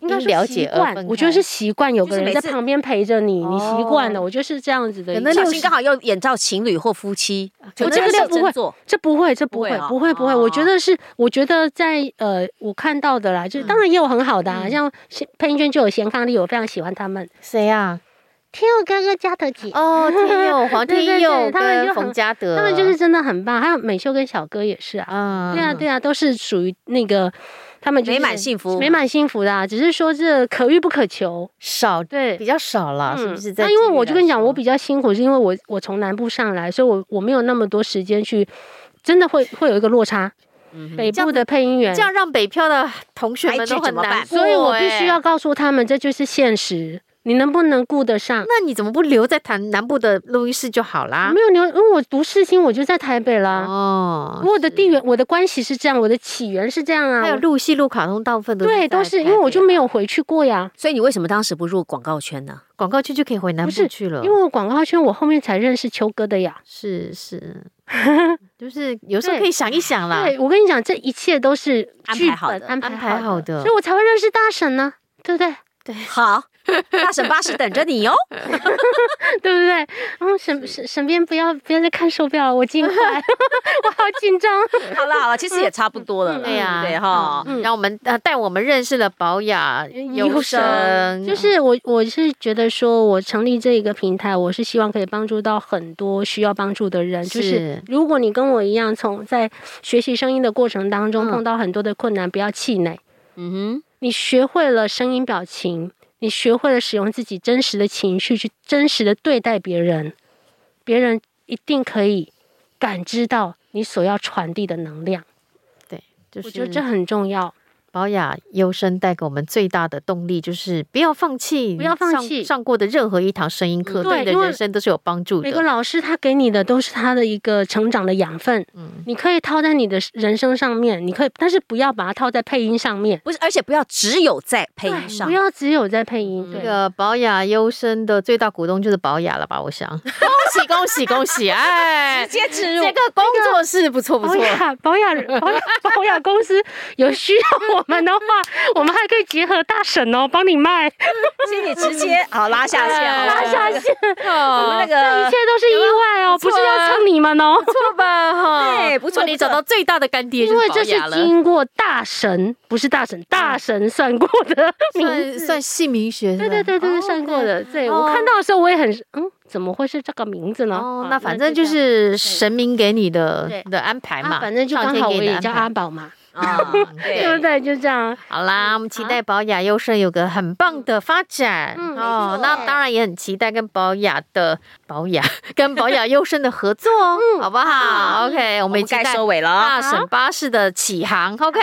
Speaker 3: 应该
Speaker 4: 因
Speaker 3: 说
Speaker 4: 了
Speaker 3: 习
Speaker 4: 解而
Speaker 3: 惯
Speaker 4: 分。
Speaker 3: 我觉得是习惯，有个
Speaker 5: 就是
Speaker 3: 人
Speaker 5: 每
Speaker 3: 在
Speaker 5: 次
Speaker 3: 旁边陪着你，你习惯了。
Speaker 4: 哦
Speaker 3: 我觉得是这样子的一
Speaker 4: 可
Speaker 3: 个。
Speaker 4: 能
Speaker 5: 小
Speaker 4: 六
Speaker 5: 心刚好又演到情侣或夫妻，
Speaker 3: 我这
Speaker 5: 可能
Speaker 3: 个
Speaker 5: 是
Speaker 3: 六不
Speaker 5: 真
Speaker 3: 会
Speaker 5: 做，
Speaker 3: 这不会，这不
Speaker 5: 不
Speaker 3: 会
Speaker 5: 会，哦
Speaker 3: 不会，不会。
Speaker 5: 哦
Speaker 3: 我觉得是，我觉得在呃，我看到的啦，就是当然也有很好的，啊，像配音圈就有贤康利，我非常喜欢他们。
Speaker 4: 谁啊呀？
Speaker 3: 天佑哥哥加特吉
Speaker 4: 哦，天佑、 [LAUGHS] 黄
Speaker 3: 对
Speaker 4: 天
Speaker 3: 对
Speaker 4: 佑
Speaker 3: 对他们就
Speaker 4: 跟
Speaker 3: 很
Speaker 4: 冯嘉德，
Speaker 3: 他们就是真的很棒，还有美秀跟小哥也是啊，
Speaker 4: 嗯，
Speaker 3: 对啊对啊，都是属于那个他们就是
Speaker 5: 美满幸福
Speaker 3: 美满幸福的、啊，只是说这可遇不可求，
Speaker 4: 少
Speaker 3: 对
Speaker 4: 比。较少啦，
Speaker 3: 嗯
Speaker 4: 是不是在？
Speaker 3: 那因为我就跟你讲，我比较辛苦，是因为我我从南部上来，所以我我没有那么多时间去，真的会会有一个落差。北部的配音员
Speaker 4: 这，样让北漂的同学们都
Speaker 5: 排挤
Speaker 4: 很
Speaker 5: 怎么
Speaker 4: 难
Speaker 5: 办
Speaker 4: 过，
Speaker 3: 所以我必须要
Speaker 4: 哎。
Speaker 3: 告诉他们，这就是现实，你能不能顾得上？
Speaker 4: 那你怎么不留在谈南部的录音室就好啦
Speaker 3: 没？有你，因为我读世新，我就在台北啦。
Speaker 4: 啊哦，
Speaker 3: 我的地缘，我的关系是这样，我的起源是这样啊。
Speaker 4: 还有
Speaker 3: 我
Speaker 4: 录戏、录卡通，大部分都
Speaker 3: 对，都
Speaker 4: 在
Speaker 3: 是
Speaker 4: 台
Speaker 3: 因为我就
Speaker 4: 北啊
Speaker 3: 没有回去过呀，
Speaker 5: 所以你为什么当时不入广告圈呢？
Speaker 4: 广告区就可以回南
Speaker 3: 不是
Speaker 4: 部去了，
Speaker 3: 因为我广告圈我后面才认识秋哥的呀。
Speaker 4: 是
Speaker 3: [LAUGHS]
Speaker 4: 是，就是有时候
Speaker 3: 对
Speaker 4: 可以想一想啦，
Speaker 3: 对，我跟你讲，这一切都是
Speaker 5: 安
Speaker 3: 剧
Speaker 5: 排好
Speaker 3: 本
Speaker 5: 的
Speaker 3: 安
Speaker 4: 安
Speaker 3: 排
Speaker 4: 排
Speaker 3: 好
Speaker 4: 好
Speaker 3: 的，
Speaker 4: 的
Speaker 3: 所以。我才会认识大婶呢，对不对？ [LAUGHS]
Speaker 5: 好，大婶巴士等着你哟。哦
Speaker 3: 对不对？然后沈沈沈边不要不要再看手表了，我尽快， [LAUGHS] 我好紧张。
Speaker 5: 好了好了，其实也差不多了
Speaker 4: 嗯
Speaker 5: 啦，
Speaker 4: 对呀
Speaker 5: 对哈。
Speaker 3: 嗯
Speaker 4: 让我们呃带我们认识了保雅
Speaker 3: 优
Speaker 4: 优生，
Speaker 3: 就是我我是觉得说，我成立这一个平台，我是希望可以帮助到很多需要帮助的人。就是
Speaker 4: 是
Speaker 3: 如果你跟我一样，从在学习声音的过程当中
Speaker 4: 嗯
Speaker 3: 碰到很多的困难，不要气馁。
Speaker 5: 嗯
Speaker 3: 你学会了声音表情，你学会了使用自己真实的情绪去真实的对待别人，别人一定可以感知到你所要传递的能量。
Speaker 4: 就
Speaker 3: 我觉得
Speaker 4: 是
Speaker 3: 这很重要。
Speaker 4: 保雅优生带给我们最大的动力就是不要放弃，
Speaker 3: 不要放
Speaker 4: 上
Speaker 3: 弃
Speaker 4: 上过的任何一堂声音课，
Speaker 3: 嗯
Speaker 4: 对
Speaker 3: 对
Speaker 4: 你的
Speaker 3: 因为
Speaker 4: 人生都是有帮助
Speaker 3: 每个
Speaker 4: 的。
Speaker 3: 老师他给你的都是他的一个成长的养分，
Speaker 4: 嗯
Speaker 3: 你可以套在你的人生上面，你可以，但是不要把它套在配音上面
Speaker 5: 哼，，不是，而且不要只有在配音上
Speaker 3: 不，要只有在配音。
Speaker 4: 嗯这
Speaker 3: 对，
Speaker 4: 个保雅优生的最大股东就是保雅了吧？我想，恭喜恭喜恭喜！哎，
Speaker 5: 接植 [LAUGHS]
Speaker 4: 这个工作室不错不
Speaker 3: 保
Speaker 4: 错，
Speaker 3: 雅保雅保雅保雅公司有需要我们的话，我们还可以结合大婶哦，帮你卖。
Speaker 5: 请你直接好拉下线，好
Speaker 3: 拉下线，
Speaker 4: 哦
Speaker 5: 我们那
Speaker 3: 这一
Speaker 5: 个
Speaker 3: 切都是意外 [LAUGHS] 哦，不
Speaker 4: 错
Speaker 3: 是
Speaker 4: 啊
Speaker 3: 要蹭你们哦
Speaker 4: 不。 [LAUGHS] 错吧？哈，
Speaker 5: 对不错
Speaker 4: 那你
Speaker 5: 不错
Speaker 4: 找到最大的干爹
Speaker 3: 因
Speaker 4: 就
Speaker 3: 为
Speaker 4: 是保
Speaker 3: 这是
Speaker 4: 雅了。
Speaker 3: 经过大神，不是大神，大神算过的名
Speaker 4: 算算姓名学，
Speaker 3: [LAUGHS] 对对对对，对，算过
Speaker 4: 的。
Speaker 3: 的。对
Speaker 4: 哦
Speaker 3: 我看到的时候，我也很嗯，怎么会是这个名字呢？
Speaker 4: 哦
Speaker 3: 啊，
Speaker 4: 那反正就是神明给你的
Speaker 3: 对
Speaker 4: 的安排
Speaker 3: 啊，
Speaker 4: 嘛，
Speaker 3: 反正就刚
Speaker 4: 上天
Speaker 3: 好
Speaker 4: 给
Speaker 3: 我
Speaker 4: 你的
Speaker 3: 也
Speaker 4: 安
Speaker 3: 叫
Speaker 4: 排
Speaker 3: 阿宝嘛，
Speaker 5: 啊，
Speaker 3: [LAUGHS] 对不
Speaker 5: 对，
Speaker 3: 对？就这样，
Speaker 4: 好
Speaker 5: 嗯
Speaker 4: 啦，我们期待宝雅优胜有个很棒的发展、
Speaker 3: 嗯
Speaker 4: 哦。那当然也很期待跟宝雅的 [LAUGHS] 宝雅跟宝雅优胜的合作哦， [LAUGHS] 好不好？OK，我
Speaker 5: 嗯我
Speaker 4: 们
Speaker 5: 们
Speaker 4: 也期
Speaker 5: 该
Speaker 4: 待
Speaker 5: 收尾了
Speaker 4: 大
Speaker 5: 啊。
Speaker 4: 婶巴士的起航。OK，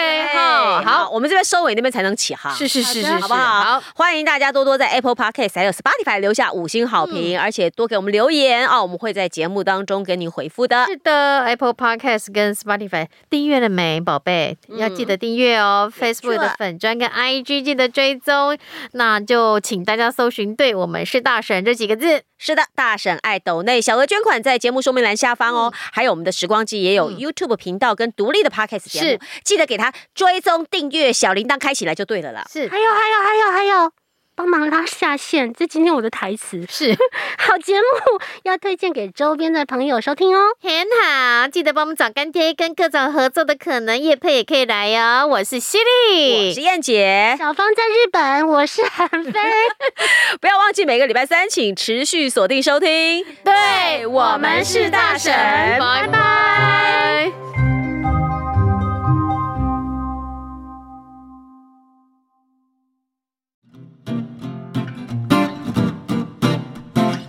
Speaker 4: 哈，
Speaker 5: 好，好，
Speaker 4: 好，
Speaker 5: 我们这边收尾，那边才能起航。
Speaker 4: 是是是是是，
Speaker 5: 好不好？欢迎大家多多在 Apple Podcast 还有 Spotify 留下五星好评，而且多给我们留言啊、我们会在节目当中给你回复的。
Speaker 4: 是的，Apple Podcast 跟 Spotify 订阅了没，宝贝？
Speaker 5: 嗯
Speaker 4: 要记得订阅哦。Facebook 的粉砖跟 IG 记得追踪，那就请大家搜寻“对我们是大婶”这几个字。
Speaker 5: 是的，大婶爱抖内小额捐款在节目说明栏下方哦，还有我们的时光机也有 YouTube 频道跟独立的 Podcast 节目，
Speaker 4: 是
Speaker 5: 记得给它追踪订阅，小铃铛开起来就对了啦。
Speaker 4: 是
Speaker 3: 还有还有还有还有，哎帮忙拉下线，这今天我的台词。 [LAUGHS]
Speaker 4: 是，
Speaker 3: 好节目要推荐给周边的朋友收听哦。
Speaker 4: 很好，记得帮我们找干爹，跟各种合作的可能叶配也可以来哦。我是犀
Speaker 5: 我
Speaker 4: 利
Speaker 5: 是，燕姐，
Speaker 3: 小芳在日本，我是韩 [LAUGHS] 飞，
Speaker 5: 不要忘记每个礼拜三请持续锁定收听。
Speaker 4: 对
Speaker 5: 我们是大婶
Speaker 4: 拜拜。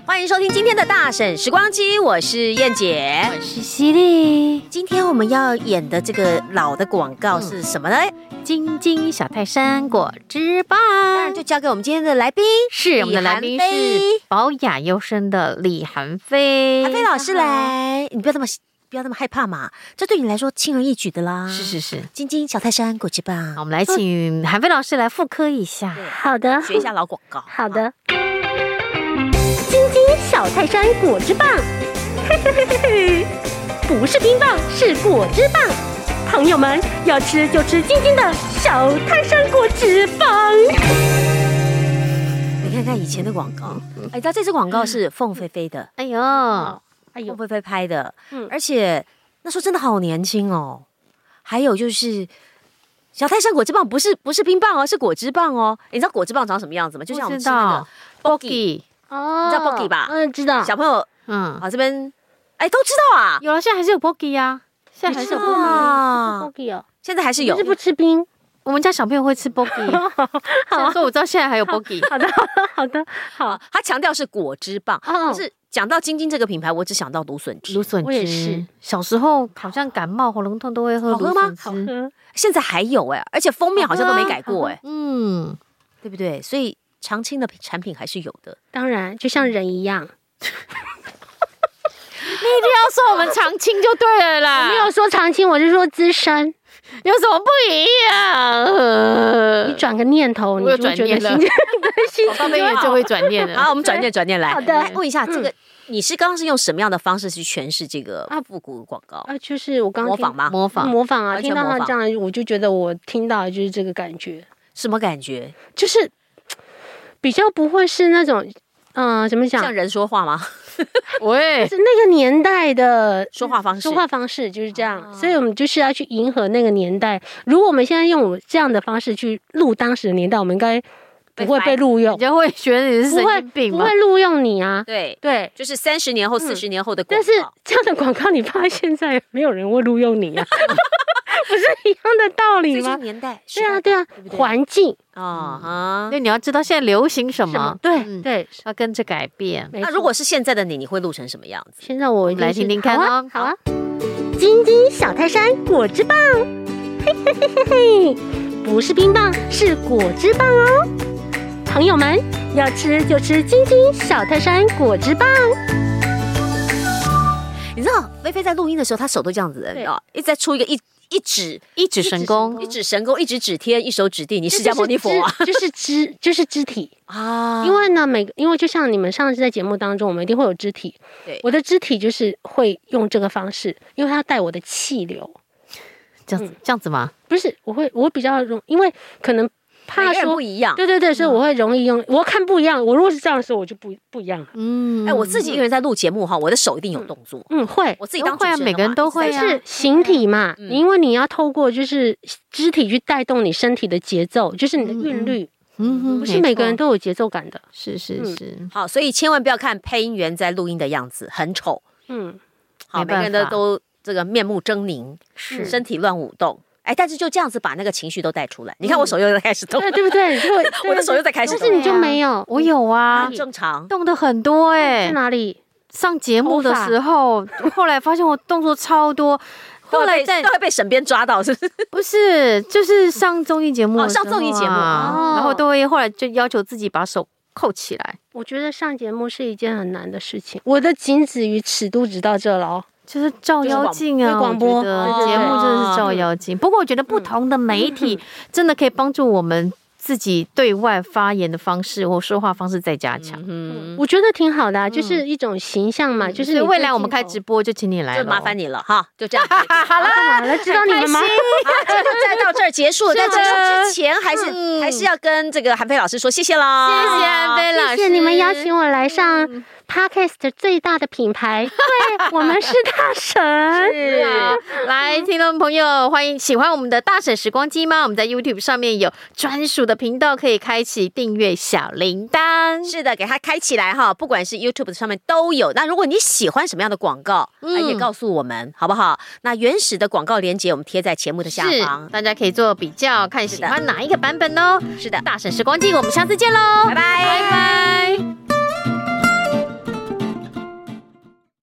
Speaker 5: 欢迎收听今天的大婶时光机，我是燕姐。
Speaker 4: 我是犀利，
Speaker 5: 今天我们要演的这个老的广告是什么呢？
Speaker 4: 晶晶小泰山果汁棒。
Speaker 5: 当然就交给我们今天的来宾，
Speaker 4: 是我们的来宾
Speaker 5: 韩非
Speaker 4: 是保雅优生的李韩非，
Speaker 5: 韩飞老师来，你不要这么不要那么害怕嘛，这对你来说轻而易举的啦。
Speaker 4: 是是是，
Speaker 5: 晶晶小泰山果汁
Speaker 4: 好，我
Speaker 5: 棒，
Speaker 4: 们来请韩非老师来复刻一下。
Speaker 3: 好的，
Speaker 5: 学一下老广告。
Speaker 3: 好的。晶晶小泰山果汁棒，不是冰棒，是果汁棒。朋友们要吃就吃晶晶的小泰山果汁棒。
Speaker 5: 你看看以前的广告，哎，他这支广告是凤飞飞的，
Speaker 4: 哎呦，
Speaker 3: 哎
Speaker 5: 凤
Speaker 3: 呦，
Speaker 5: 飞飞拍的
Speaker 3: 嗯，
Speaker 5: 而且那时候真的好年轻哦。还有就是。小泰山果汁棒不是不是冰棒哦，是果汁棒哦。你知道果汁棒长什么样子吗？就像我们吃那个 Boggy，
Speaker 4: Boggy，
Speaker 3: 哦
Speaker 5: 你知道 Pocky 吧
Speaker 3: 嗯，知道。
Speaker 5: 小朋友
Speaker 4: 嗯，
Speaker 5: 啊这边，哎都知道啊，
Speaker 4: 有了，现在还是有 Boggy 呀，现在还是有
Speaker 5: 你知道
Speaker 4: Boggy。
Speaker 5: 啊
Speaker 3: Pocky 哦，
Speaker 5: 现在还是有
Speaker 3: 不是。不吃冰。
Speaker 4: 我们家小朋友会吃
Speaker 5: [LAUGHS]
Speaker 4: Boggy，所以说我知道现在还有 Boggy。
Speaker 3: 好的，好的，好。
Speaker 5: 他强调是果汁棒，
Speaker 3: 哦
Speaker 5: 可是讲到晶晶这个品牌，我只想到芦笋汁
Speaker 4: 芦，笋
Speaker 3: 我也
Speaker 4: 汁
Speaker 3: 是，
Speaker 4: 小时候好像感冒、喉咙痛都会喝
Speaker 5: 好喝
Speaker 4: 芦
Speaker 5: 吗
Speaker 4: 笋
Speaker 5: 好
Speaker 4: 汁。
Speaker 3: 嗯
Speaker 5: 现在还有哎，而且封面好像都没改过哎，
Speaker 4: 嗯，
Speaker 5: 对不对？所以常青的产品还是有的。
Speaker 3: 当然，就像人一样，
Speaker 4: 你一定要说我们常青就对了啦，
Speaker 3: 没有说长青，我是说资深。
Speaker 4: 有什么不一样？
Speaker 3: 你转个念头，你
Speaker 4: 我有
Speaker 3: 就会
Speaker 4: 转
Speaker 3: 觉得
Speaker 4: 念了
Speaker 3: 心情对心
Speaker 4: 宝
Speaker 3: 情
Speaker 4: 贝
Speaker 3: 就
Speaker 4: 就会转念了。
Speaker 5: 嗯好，嗯我们转念转念来，
Speaker 3: 好的
Speaker 5: 来问一下这个，你是刚刚是用什么样的方式去诠释这个复古广告？
Speaker 3: 啊，就是我刚刚
Speaker 5: 模仿
Speaker 3: 听
Speaker 5: 吗？
Speaker 4: 模仿，
Speaker 3: 模仿啊，
Speaker 5: 完全
Speaker 3: 听到
Speaker 5: 模
Speaker 3: 他
Speaker 5: 仿
Speaker 3: 这样，我就觉得我听到的就是这个感觉，
Speaker 5: 什么感觉？
Speaker 3: 就是比较不会是那种，嗯、怎么讲，
Speaker 5: 像
Speaker 3: 就
Speaker 5: 人说话吗？ [LAUGHS]
Speaker 4: 喂，
Speaker 3: 是那个年代的
Speaker 5: 说话方式
Speaker 3: 说
Speaker 5: 哦
Speaker 3: 话方式就是这样，所以我们就是要去迎合那个年代。如果我们现在用我这样的方式去录当时的年代，我们应该不会被录用
Speaker 4: 人，家会觉得你是
Speaker 3: 不
Speaker 4: 神
Speaker 3: 会
Speaker 4: 经病
Speaker 3: 不
Speaker 4: 吧
Speaker 3: 会？录用你啊，
Speaker 5: 对，嗯
Speaker 3: 对。
Speaker 5: 就是三十年后、四十年后的广
Speaker 3: 但
Speaker 5: 告。
Speaker 3: 是这样的广告，你放在现在没有人会录用你
Speaker 5: [LAUGHS]
Speaker 3: 啊，不是一样的道理
Speaker 5: 最
Speaker 3: 吗
Speaker 5: 近？年代，时
Speaker 3: 对啊，
Speaker 5: 代
Speaker 3: 对啊，
Speaker 5: 不对
Speaker 3: 环境
Speaker 5: 啊哈。
Speaker 4: 那你要知道现在流行什
Speaker 3: 什么
Speaker 4: 么？，
Speaker 3: 对、
Speaker 4: 嗯
Speaker 3: 对。
Speaker 4: 要跟着改变。
Speaker 3: 没
Speaker 5: 那
Speaker 3: 错
Speaker 5: 如果是现在的你，你会录成什么样子？
Speaker 3: 现在我一定
Speaker 4: 来
Speaker 3: 是
Speaker 4: 听听看
Speaker 3: 好啊
Speaker 4: 哦
Speaker 3: 好啊，晶晶小泰山果汁棒，嘿嘿嘿嘿，不是冰棒，是果汁棒哦。朋友们，要吃就吃晶晶小泰山果汁棒。
Speaker 5: 你知道菲菲在录音的时候，她手都这样子的，你知道，一直在出一个一一指
Speaker 4: 一指神功
Speaker 5: 一，指神功，一指指天，一手指地，你释迦牟尼佛啊！
Speaker 3: 这就是肢，就是肢，就是肢体。
Speaker 5: 啊
Speaker 3: 因为呢，每个因为就像你们上次在节目当中，我们一定会有肢体。
Speaker 5: 对
Speaker 3: 我的肢体就是会用这个方式，因为它要带我的气流。
Speaker 4: 这样子这样子吗？
Speaker 3: 不是，我会我比较容，因为可能
Speaker 5: 每
Speaker 3: 怕
Speaker 5: 个人
Speaker 3: 说
Speaker 5: 不一样。
Speaker 3: 对对对，
Speaker 4: 嗯
Speaker 3: 所以我会容易用。我看不一样，我如果是这样的时候，我就不不一样了。
Speaker 4: 嗯
Speaker 5: 哎，我自己一个人在录节目哈，我的手一定有动作。
Speaker 3: 嗯，会，
Speaker 5: 我自己当
Speaker 4: 都会啊
Speaker 5: 主持人的嘛
Speaker 4: 每个人都会
Speaker 5: 一
Speaker 4: 啊
Speaker 5: 直在
Speaker 3: 是形体嘛，
Speaker 5: 嗯
Speaker 3: 因为你要透过就是肢体去带动你身体的节奏，就是你的韵律，
Speaker 4: 嗯
Speaker 3: 不是每个人
Speaker 4: 都
Speaker 3: 都有节奏感的。
Speaker 4: 是是是，
Speaker 5: 好，所以千万不要看配音员在录音的样子，很丑。
Speaker 3: 嗯，
Speaker 5: 好，
Speaker 4: 没
Speaker 5: 每个人
Speaker 4: 办法
Speaker 5: 都都这个面目狰狞，
Speaker 4: 是
Speaker 5: 身体乱舞动。哎，但是就这样子把那个情绪都带出来。你看我手又在开始动，
Speaker 3: 对对不
Speaker 4: [LAUGHS]
Speaker 3: 对？就
Speaker 5: 我的手又在开始
Speaker 3: 但
Speaker 5: 动
Speaker 3: 是，你就没有，
Speaker 4: 我有啊
Speaker 5: 很，正常。
Speaker 4: 动的很多哎、
Speaker 3: 在哪里？
Speaker 4: 上节目的时候，后来发现我动作超多，后
Speaker 5: 后
Speaker 4: 来
Speaker 5: 来
Speaker 4: 在
Speaker 5: [LAUGHS] 都会被沈编抓到，是不是？
Speaker 4: 不是就是上综艺节目的
Speaker 5: 哦上
Speaker 4: 时候啊
Speaker 5: 综艺节目哦
Speaker 4: 然后都会后来就要求自己把手扣起来，
Speaker 3: 我觉得上节目是一件很难的事情。我的仅止于尺度只到这了哦。
Speaker 4: 就是照妖镜啊，
Speaker 3: 就是广播
Speaker 4: 我觉得
Speaker 5: 对对对嗯
Speaker 4: 节目真的是照妖镜。不过我觉得不同的媒体真的可以帮助我们自己对外发言的方式或说话方式再加强。
Speaker 5: 嗯，
Speaker 3: 我觉得挺好的、啊，就是一种形象嘛，就
Speaker 4: 嗯所
Speaker 3: 是
Speaker 4: 以
Speaker 3: 你哦
Speaker 4: 未
Speaker 3: 对
Speaker 4: 来我
Speaker 3: 镜
Speaker 4: 们开
Speaker 3: 头
Speaker 4: 直播就请你来
Speaker 5: 就
Speaker 4: 了，
Speaker 5: 麻烦你了哈，就这样。 [LAUGHS] 好，
Speaker 4: 好了。
Speaker 3: 干嘛了？知道你们吗？
Speaker 5: 今天再到啊这儿结束了。
Speaker 4: 是的啊嗯
Speaker 5: 但结束之前，还是还是要跟这个韩飞老师说谢谢啦，
Speaker 4: 谢谢安飞老师，嗯
Speaker 3: 谢谢你们邀请我来上 Podcast 最大的品牌，对我们是大神。
Speaker 4: 是来，听众朋友，欢迎喜欢我们的大婶时光机吗？我们在 YouTube 上面有专属的频道，可以开启订阅小铃铛。
Speaker 5: 是的，给它开起来哈，不管是 YouTube 上面都有。那如果你喜欢什么样的广告，
Speaker 4: 嗯
Speaker 5: 哎也告诉我们好不好？那原始的广告链接我们贴在节目的下
Speaker 4: 是
Speaker 5: 方，。
Speaker 4: 大家可以做比较，看喜欢哪一个版本哦。
Speaker 5: 是的，
Speaker 4: 大婶时光机，我们下次见喽，
Speaker 5: 拜拜
Speaker 4: 拜拜